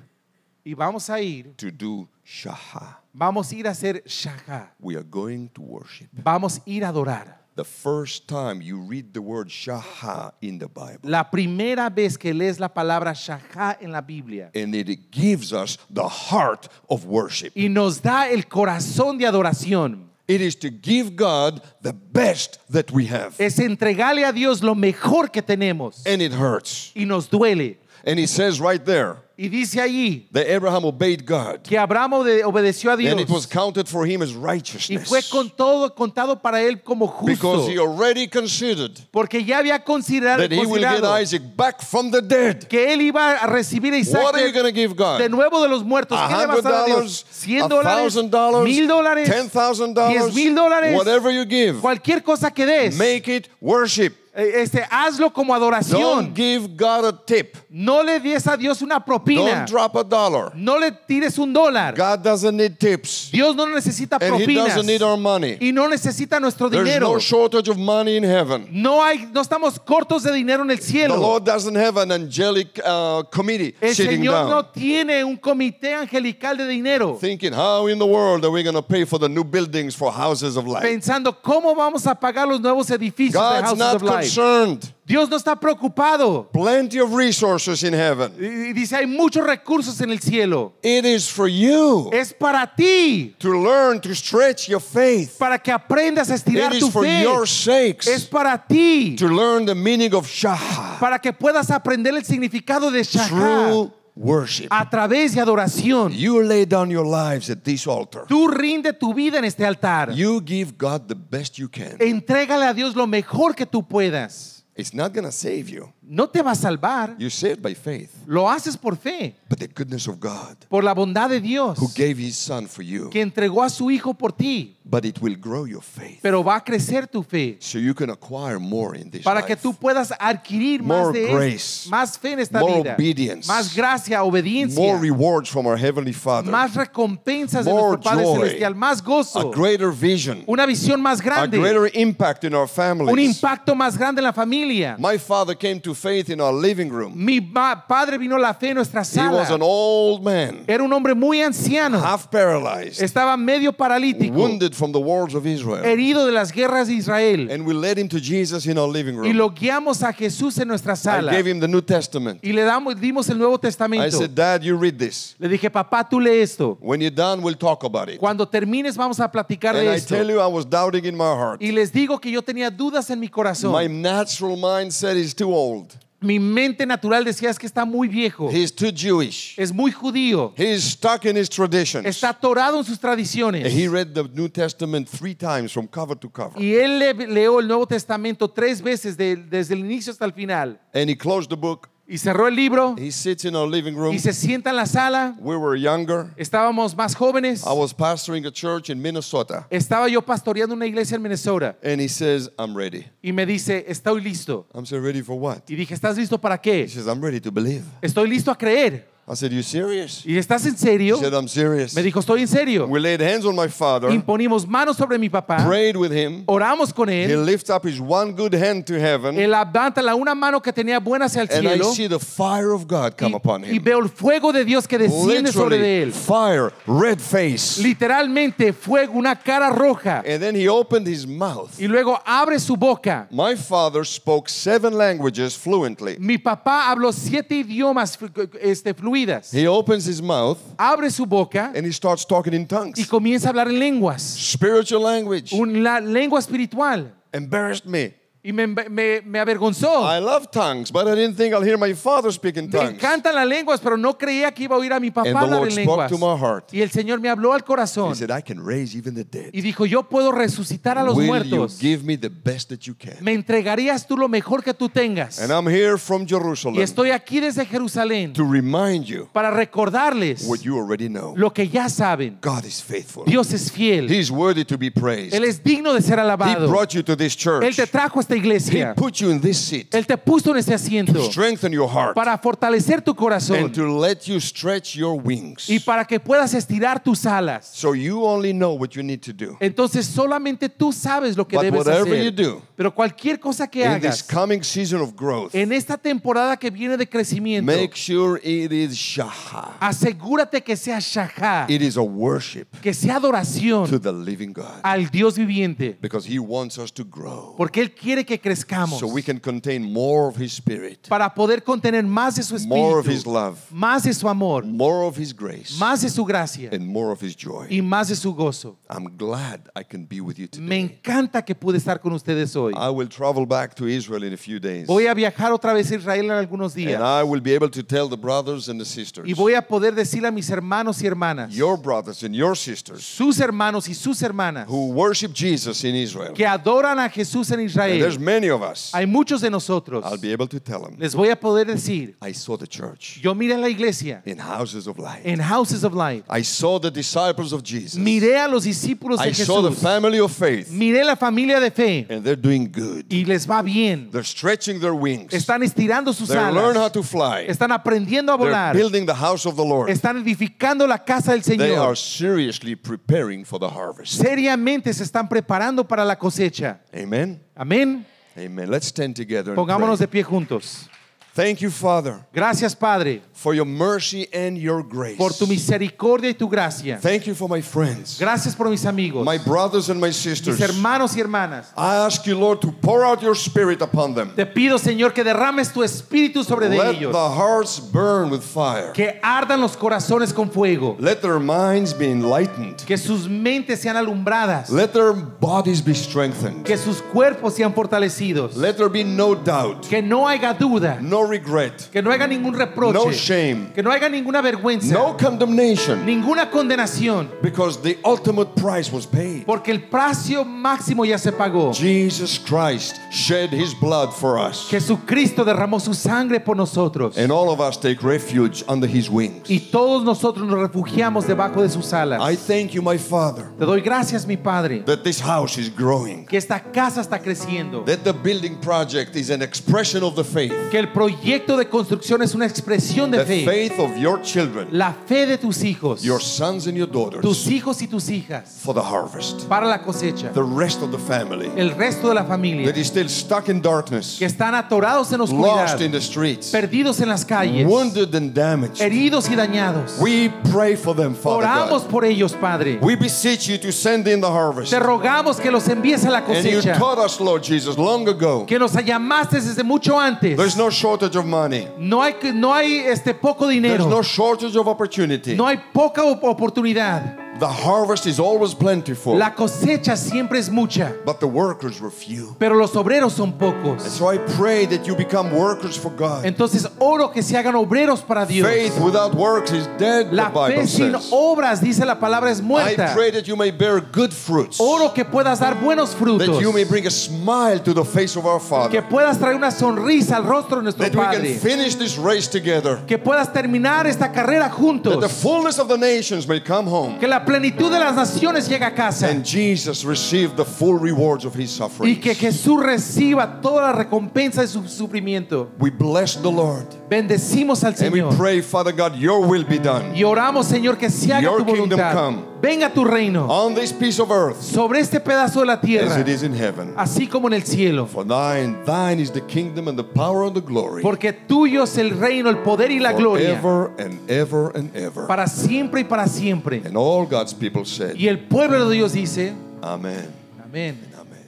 Speaker 3: y vamos a ir,
Speaker 2: to do Shaha.
Speaker 3: vamos a ir a hacer shaka,
Speaker 2: We are going to worship.
Speaker 3: vamos a ir a adorar.
Speaker 2: The first time you read the word Shaha in the Bible,
Speaker 3: La primera vez que lees la palabra shaka en la Biblia
Speaker 2: and it gives us the heart of worship.
Speaker 3: y nos da el corazón de adoración,
Speaker 2: It is to give God the best that we have.
Speaker 3: es entregarle a Dios lo mejor que tenemos
Speaker 2: And it hurts.
Speaker 3: y nos duele.
Speaker 2: And he says right there
Speaker 3: Y dice allí
Speaker 2: that Abraham obeyed God.
Speaker 3: que Abraham obede- obedeció a
Speaker 2: And it was
Speaker 3: Dios
Speaker 2: counted for him as
Speaker 3: y fue
Speaker 2: righteousness.
Speaker 3: con todo contado para él como justo,
Speaker 2: Because he already considered
Speaker 3: porque ya había considerado,
Speaker 2: that he will get
Speaker 3: considerado
Speaker 2: Isaac back from the dead.
Speaker 3: que él iba a recibir a Isaac
Speaker 2: What are you
Speaker 3: de,
Speaker 2: going to give God?
Speaker 3: de nuevo de los muertos.
Speaker 2: A
Speaker 3: ¿Qué le vas
Speaker 2: hundred
Speaker 3: a dar a Dios?
Speaker 2: dollars,
Speaker 3: ¿100
Speaker 2: a
Speaker 3: dólares?
Speaker 2: thousand dollars,
Speaker 3: ¿Mil dólares?
Speaker 2: ten thousand
Speaker 3: ¿Diez
Speaker 2: dollars,
Speaker 3: mil dólares?
Speaker 2: whatever you give,
Speaker 3: Cualquier cosa que des,
Speaker 2: make it worship.
Speaker 3: eh, este, hazlo como
Speaker 2: Don't
Speaker 3: adoración.
Speaker 2: give God a tip.
Speaker 3: No le des a Dios una propina.
Speaker 2: Don't drop a dollar.
Speaker 3: No le tires un dólar.
Speaker 2: God doesn't need tips.
Speaker 3: Dios no necesita
Speaker 2: And he
Speaker 3: propinas
Speaker 2: doesn't need our money.
Speaker 3: y no necesita nuestro
Speaker 2: There's
Speaker 3: dinero.
Speaker 2: no shortage of money in heaven.
Speaker 3: No hay, no estamos cortos de dinero en el
Speaker 2: The
Speaker 3: cielo.
Speaker 2: Lord doesn't have an angelic uh, committee
Speaker 3: El
Speaker 2: sitting
Speaker 3: Señor
Speaker 2: down
Speaker 3: no tiene un comité angelical de dinero
Speaker 2: thinking, how in the world are we going to pay for the new buildings for houses of life?
Speaker 3: pensando cómo vamos a pagar los nuevos edificios de
Speaker 2: God's
Speaker 3: Houses
Speaker 2: not
Speaker 3: of Life.
Speaker 2: concerned.
Speaker 3: Dios no está preocupado.
Speaker 2: Plenty of resources in heaven.
Speaker 3: Y- y dice, hay muchos recursos en el cielo.
Speaker 2: It is for you
Speaker 3: Es para ti,
Speaker 2: to learn to stretch your faith.
Speaker 3: para que aprendas a estirar
Speaker 2: It
Speaker 3: tu
Speaker 2: is for
Speaker 3: fe.
Speaker 2: your
Speaker 3: Es
Speaker 2: sakes
Speaker 3: para ti,
Speaker 2: to learn the meaning of Shaha,
Speaker 3: para que puedas aprender el significado de Shachá
Speaker 2: true worship.
Speaker 3: a través de adoración.
Speaker 2: You lay down your lives at this altar.
Speaker 3: Tú rinde tu vida en este altar.
Speaker 2: You give God the best you can.
Speaker 3: Entrégale a Dios lo mejor que tú puedas.
Speaker 2: It's not going to save you.
Speaker 3: No te va a salvar.
Speaker 2: You're saved by faith.
Speaker 3: Lo haces por fe,
Speaker 2: But the goodness of God
Speaker 3: por la bondad de Dios,
Speaker 2: who gave his son for you.
Speaker 3: que entregó a su Hijo por ti.
Speaker 2: But it will grow your faith
Speaker 3: Pero va a crecer tu fe
Speaker 2: so you can acquire more in this
Speaker 3: para
Speaker 2: life.
Speaker 3: que tú puedas adquirir más
Speaker 2: More
Speaker 3: de
Speaker 2: grace.
Speaker 3: más fe en esta
Speaker 2: More
Speaker 3: vida,
Speaker 2: obedience.
Speaker 3: más gracia, obediencia,
Speaker 2: more rewards from our heavenly Father.
Speaker 3: más recompensas de
Speaker 2: More
Speaker 3: nuestro Padre
Speaker 2: joy.
Speaker 3: celestial, más gozo,
Speaker 2: A greater vision.
Speaker 3: una visión más
Speaker 2: A
Speaker 3: grande,
Speaker 2: greater impact in our families.
Speaker 3: un impacto más grande en la familia.
Speaker 2: My father came to faith in our living room.
Speaker 3: Mi ma- padre vino la fe en nuestra
Speaker 2: He was an
Speaker 3: sala.
Speaker 2: old man,
Speaker 3: Era un hombre muy anciano.
Speaker 2: half paralyzed,
Speaker 3: Estaba medio paralítico,
Speaker 2: wounded from the wars of Israel.
Speaker 3: herido de las guerras de Israel.
Speaker 2: And we led him to Jesus in our living
Speaker 3: Y
Speaker 2: room.
Speaker 3: lo guiamos a Jesús en nuestra
Speaker 2: I
Speaker 3: sala.
Speaker 2: gave him the New Testament.
Speaker 3: Y le damos, dimos el Nuevo
Speaker 2: I
Speaker 3: Testamento.
Speaker 2: said, Dad, you read this.
Speaker 3: Le dije, papá, tú lee esto.
Speaker 2: When you're done, we'll talk about it.
Speaker 3: Cuando termines vamos a platicar
Speaker 2: And
Speaker 3: de
Speaker 2: I
Speaker 3: esto.
Speaker 2: tell you, I was doubting in my heart.
Speaker 3: Y les digo que yo tenía dudas en mi corazón.
Speaker 2: My natural mindset is too old.
Speaker 3: mi mente natural decía es que está muy viejo.
Speaker 2: He's too Jewish.
Speaker 3: es muy judío.
Speaker 2: He's stuck in his traditions.
Speaker 3: Está atorado en sus
Speaker 2: And
Speaker 3: tradiciones.
Speaker 2: he read the New Testament three times from cover to cover.
Speaker 3: y él le- leó el Nuevo Testamento tres veces de- desde el inicio hasta el final.
Speaker 2: And he closed the book.
Speaker 3: Y cerró el libro
Speaker 2: He sits in our living room.
Speaker 3: y se sienta en la sala.
Speaker 2: We were younger.
Speaker 3: Estábamos más jóvenes.
Speaker 2: I was pastoring a church in Minnesota.
Speaker 3: Estaba yo pastoreando una iglesia en Minnesota
Speaker 2: And he says, I'm ready.
Speaker 3: y me dice, estoy listo.
Speaker 2: I'm so ready for what?
Speaker 3: Y dije, ¿estás listo para
Speaker 2: He
Speaker 3: qué?
Speaker 2: says, I'm ready to believe.
Speaker 3: Estoy listo a creer.
Speaker 2: I said, You serious?
Speaker 3: ¿Y estás en
Speaker 2: He
Speaker 3: serio?
Speaker 2: said, I'm serious.
Speaker 3: Me dijo, estoy en serio.
Speaker 2: We laid hands on my father,
Speaker 3: Imponimos manos sobre mi papá,
Speaker 2: prayed with him.
Speaker 3: oramos con
Speaker 2: He
Speaker 3: él,
Speaker 2: lifts up his one good hand to heaven,
Speaker 3: él levanta la una mano que tenía buena hacia el
Speaker 2: and I
Speaker 3: cielo
Speaker 2: see the fire of God come upon
Speaker 3: y, y
Speaker 2: him.
Speaker 3: veo el fuego de Dios que desciende sobre
Speaker 2: Literally,
Speaker 3: de él.
Speaker 2: fire, red face.
Speaker 3: Literalmente fuego, una cara roja.
Speaker 2: And then he opened his mouth.
Speaker 3: Y luego abre su boca.
Speaker 2: My father spoke seven languages fluently.
Speaker 3: Mi papá habló siete idiomas flu- este, fluidas.
Speaker 2: He opens his mouth
Speaker 3: Abre su boca
Speaker 2: and he starts talking in
Speaker 3: y
Speaker 2: tongues.
Speaker 3: comienza a hablar en lenguas,
Speaker 2: Spiritual language
Speaker 3: una lengua espiritual.
Speaker 2: embarrassed me.
Speaker 3: y me, me- me avergonzó.
Speaker 2: I love tongues, but I didn't think I'll hear my father speak in
Speaker 3: Me
Speaker 2: tongues.
Speaker 3: encantan las lenguas, pero no creía que iba a oír a mi papá
Speaker 2: And the
Speaker 3: hablar
Speaker 2: Lord
Speaker 3: en
Speaker 2: spoke
Speaker 3: lenguas.
Speaker 2: to my heart.
Speaker 3: Y el Señor me habló al corazón
Speaker 2: He said, I can raise even the dead.
Speaker 3: y dijo, yo puedo resucitar a los
Speaker 2: Will you
Speaker 3: muertos.
Speaker 2: give me the best that you can?
Speaker 3: Me entregarías tú lo mejor que tú tengas.
Speaker 2: And I'm here from
Speaker 3: Y
Speaker 2: Jerusalem
Speaker 3: estoy aquí desde Jerusalén
Speaker 2: to remind you
Speaker 3: para recordarles
Speaker 2: what you already know.
Speaker 3: lo que ya saben.
Speaker 2: God is faithful.
Speaker 3: Dios es fiel.
Speaker 2: He is worthy to be praised.
Speaker 3: Él es digno de ser
Speaker 2: He
Speaker 3: alabado.
Speaker 2: brought you to this
Speaker 3: Él
Speaker 2: church.
Speaker 3: te trajo a esta
Speaker 2: He
Speaker 3: iglesia.
Speaker 2: put you in this seat
Speaker 3: Él te puso en ese
Speaker 2: to
Speaker 3: asiento
Speaker 2: strengthen your heart
Speaker 3: para fortalecer tu corazón
Speaker 2: and to let you stretch your wings.
Speaker 3: y para que puedas estirar tus alas.
Speaker 2: So you only know what you need to do.
Speaker 3: Entonces solamente tú sabes lo que
Speaker 2: But
Speaker 3: debes
Speaker 2: whatever
Speaker 3: hacer.
Speaker 2: you do,
Speaker 3: Pero cualquier cosa que
Speaker 2: In this
Speaker 3: hagas
Speaker 2: coming season of growth,
Speaker 3: en esta temporada que viene de crecimiento,
Speaker 2: make sure it is
Speaker 3: Ah.
Speaker 2: shaha.
Speaker 3: asegúrate que sea shajá,
Speaker 2: It is a worship
Speaker 3: que sea adoración
Speaker 2: to the living God
Speaker 3: al Dios viviente,
Speaker 2: because He wants us to grow
Speaker 3: Ah. porque Él quiere que crezcamos
Speaker 2: so we can contain more of His Spirit,
Speaker 3: para poder contener más de su
Speaker 2: more of His
Speaker 3: espíritu,
Speaker 2: love,
Speaker 3: más de su amor,
Speaker 2: more of His grace,
Speaker 3: más de su gracia
Speaker 2: and more of His joy.
Speaker 3: y más de su gozo.
Speaker 2: I'm glad I can be with you today.
Speaker 3: Me encanta que pude estar con ustedes hoy.
Speaker 2: I will travel back to Israel in a few days.
Speaker 3: Voy a viajar otra vez a Israel en algunos
Speaker 2: And
Speaker 3: días
Speaker 2: I will be able to tell the brothers and the sisters,
Speaker 3: y voy a poder decirle a mis hermanos y hermanas,
Speaker 2: your brothers and your sisters
Speaker 3: sus hermanos y sus hermanas,
Speaker 2: who worship Jesus in Israel,
Speaker 3: que adoran a Jesús en
Speaker 2: and there's
Speaker 3: Israel.
Speaker 2: many of us,
Speaker 3: Hay muchos de nosotros.
Speaker 2: I'll be able to tell them,
Speaker 3: Les voy a poder decir,
Speaker 2: I saw the church
Speaker 3: yo miré a la iglesia
Speaker 2: in houses of light.
Speaker 3: en Houses of Light.
Speaker 2: I saw the disciples of Jesus.
Speaker 3: Miré a los discípulos
Speaker 2: I
Speaker 3: de
Speaker 2: saw the
Speaker 3: Jesús.
Speaker 2: family of faith.
Speaker 3: Miré la familia de fe
Speaker 2: And they're doing good.
Speaker 3: y les va bien.
Speaker 2: They're stretching their wings. They
Speaker 3: Están estirando sus
Speaker 2: learn how
Speaker 3: alas.
Speaker 2: to fly.
Speaker 3: Están aprendiendo a
Speaker 2: They're
Speaker 3: volar.
Speaker 2: building the house of the Lord.
Speaker 3: Están edificando la casa del
Speaker 2: They are
Speaker 3: Señor.
Speaker 2: seriously preparing for the harvest.
Speaker 3: Seriamente se están preparando para la cosecha.
Speaker 2: Amen.
Speaker 3: Amén.
Speaker 2: Amen. Let's stand together. and
Speaker 3: Pongámonos
Speaker 2: pray.
Speaker 3: de pie juntos.
Speaker 2: Thank you, Father,
Speaker 3: Gracias, Padre,
Speaker 2: for your mercy and your grace.
Speaker 3: por tu misericordia y tu gracia.
Speaker 2: Thank you for my friends,
Speaker 3: Gracias por mis amigos,
Speaker 2: my brothers and my
Speaker 3: mis
Speaker 2: sisters.
Speaker 3: hermanos y hermanas.
Speaker 2: I ask you, Lord, to pour out your spirit upon them.
Speaker 3: Te pido, Señor, que derrames tu espíritu sobre de
Speaker 2: Let
Speaker 3: ellos.
Speaker 2: the hearts burn with fire.
Speaker 3: Que ardan los corazones con fuego.
Speaker 2: Let their minds be enlightened.
Speaker 3: Que sus mentes sean alumbradas.
Speaker 2: Let their bodies be strengthened.
Speaker 3: Que sus cuerpos sean fortalecidos.
Speaker 2: Let there be no doubt,
Speaker 3: Que no haya duda.
Speaker 2: no regret,
Speaker 3: Que no haya ningún reproche.
Speaker 2: No shame.
Speaker 3: Que no haya ninguna vergüenza.
Speaker 2: no condemnation,
Speaker 3: Ninguna condenación.
Speaker 2: because the ultimate price was paid.
Speaker 3: Porque el precio máximo ya se pagó.
Speaker 2: Jesus Christ shed his blood for us,
Speaker 3: Jesucristo derramó su sangre por nosotros.
Speaker 2: and all of us take refuge under his wings.
Speaker 3: Y todos nosotros nos refugiamos debajo de sus alas.
Speaker 2: I thank you, my Father,
Speaker 3: Te doy gracias, mi Padre,
Speaker 2: that this house is growing,
Speaker 3: que esta casa está creciendo.
Speaker 2: that the building project is an expression of the faith,
Speaker 3: Que el proyecto de construcción es una expresión de
Speaker 2: the
Speaker 3: fe.
Speaker 2: faith of your children,
Speaker 3: La fe de tus hijos,
Speaker 2: your sons and your
Speaker 3: tus
Speaker 2: daughters,
Speaker 3: hijos y tus hijas,
Speaker 2: for the harvest,
Speaker 3: para la cosecha.
Speaker 2: the rest of the family.
Speaker 3: El resto de la familia
Speaker 2: that is still stuck in darkness,
Speaker 3: que están atorados en oscuridad,
Speaker 2: lost in the streets,
Speaker 3: perdidos en las calles,
Speaker 2: wounded and damaged.
Speaker 3: heridos y dañados.
Speaker 2: We pray for them, Father
Speaker 3: Oramos
Speaker 2: God.
Speaker 3: por ellos, Padre.
Speaker 2: We beseech you to send in the harvest.
Speaker 3: Te rogamos que los envíes a la
Speaker 2: And you
Speaker 3: cosecha,
Speaker 2: taught us, Lord Jesus, long ago.
Speaker 3: que nos llamaste desde mucho antes.
Speaker 2: There's no shortage of money.
Speaker 3: No hay, que- no hay este poco
Speaker 2: There's no
Speaker 3: dinero,
Speaker 2: shortage of opportunity.
Speaker 3: no hay poca op- oportunidad.
Speaker 2: The harvest is always plentiful,
Speaker 3: La cosecha siempre es mucha,
Speaker 2: but the workers were few.
Speaker 3: pero los obreros son
Speaker 2: And
Speaker 3: pocos.
Speaker 2: so I pray that you become workers for God.
Speaker 3: Entonces oro que se hagan obreros para Dios.
Speaker 2: Faith without works is dead, the
Speaker 3: La fe
Speaker 2: Bible
Speaker 3: sin
Speaker 2: says.
Speaker 3: obras, dice la palabra, es
Speaker 2: I
Speaker 3: muerta.
Speaker 2: pray that you may bear good fruits.
Speaker 3: Oro que puedas dar buenos
Speaker 2: that
Speaker 3: frutos.
Speaker 2: you may bring a smile to the face of our
Speaker 3: Que
Speaker 2: Father,
Speaker 3: puedas traer una sonrisa al rostro de nuestro
Speaker 2: that we can
Speaker 3: Padre.
Speaker 2: finish this race together,
Speaker 3: Que puedas terminar esta carrera
Speaker 2: that the
Speaker 3: juntos.
Speaker 2: fullness of the nations may come home,
Speaker 3: Que la plenitud de las naciones llegue a casa.
Speaker 2: and Jesus receive the full rewards of his
Speaker 3: Y que
Speaker 2: sufferings.
Speaker 3: Jesús reciba toda la recompensa de su sufrimiento.
Speaker 2: We bless the Lord,
Speaker 3: Bendecimos al
Speaker 2: and we
Speaker 3: Señor.
Speaker 2: pray, Father God, your will be done
Speaker 3: Y oramos, Señor, que se haga
Speaker 2: Your
Speaker 3: tu
Speaker 2: kingdom
Speaker 3: voluntad.
Speaker 2: come.
Speaker 3: Venga tu reino
Speaker 2: on this piece of earth
Speaker 3: sobre este pedazo de la
Speaker 2: as
Speaker 3: tierra,
Speaker 2: it is in heaven.
Speaker 3: así como en el cielo.
Speaker 2: For thine, thine is the kingdom and the power and the glory,
Speaker 3: Porque tuyo es el reino, el poder y la gloria,
Speaker 2: forever and ever and ever.
Speaker 3: para siempre y para siempre.
Speaker 2: And all God's people said,
Speaker 3: Y el pueblo de Dios dice,
Speaker 2: Amen.
Speaker 3: amén.
Speaker 2: Amen.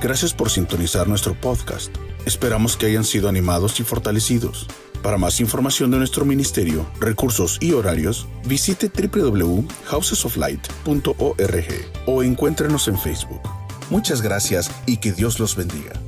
Speaker 1: Gracias por sintonizar nuestro podcast. Esperamos que hayan sido animados y fortalecidos. Para más información de nuestro ministerio, recursos y horarios, visite www.housesoflight.org o encuéntrenos en Facebook. Muchas gracias y que Dios los bendiga.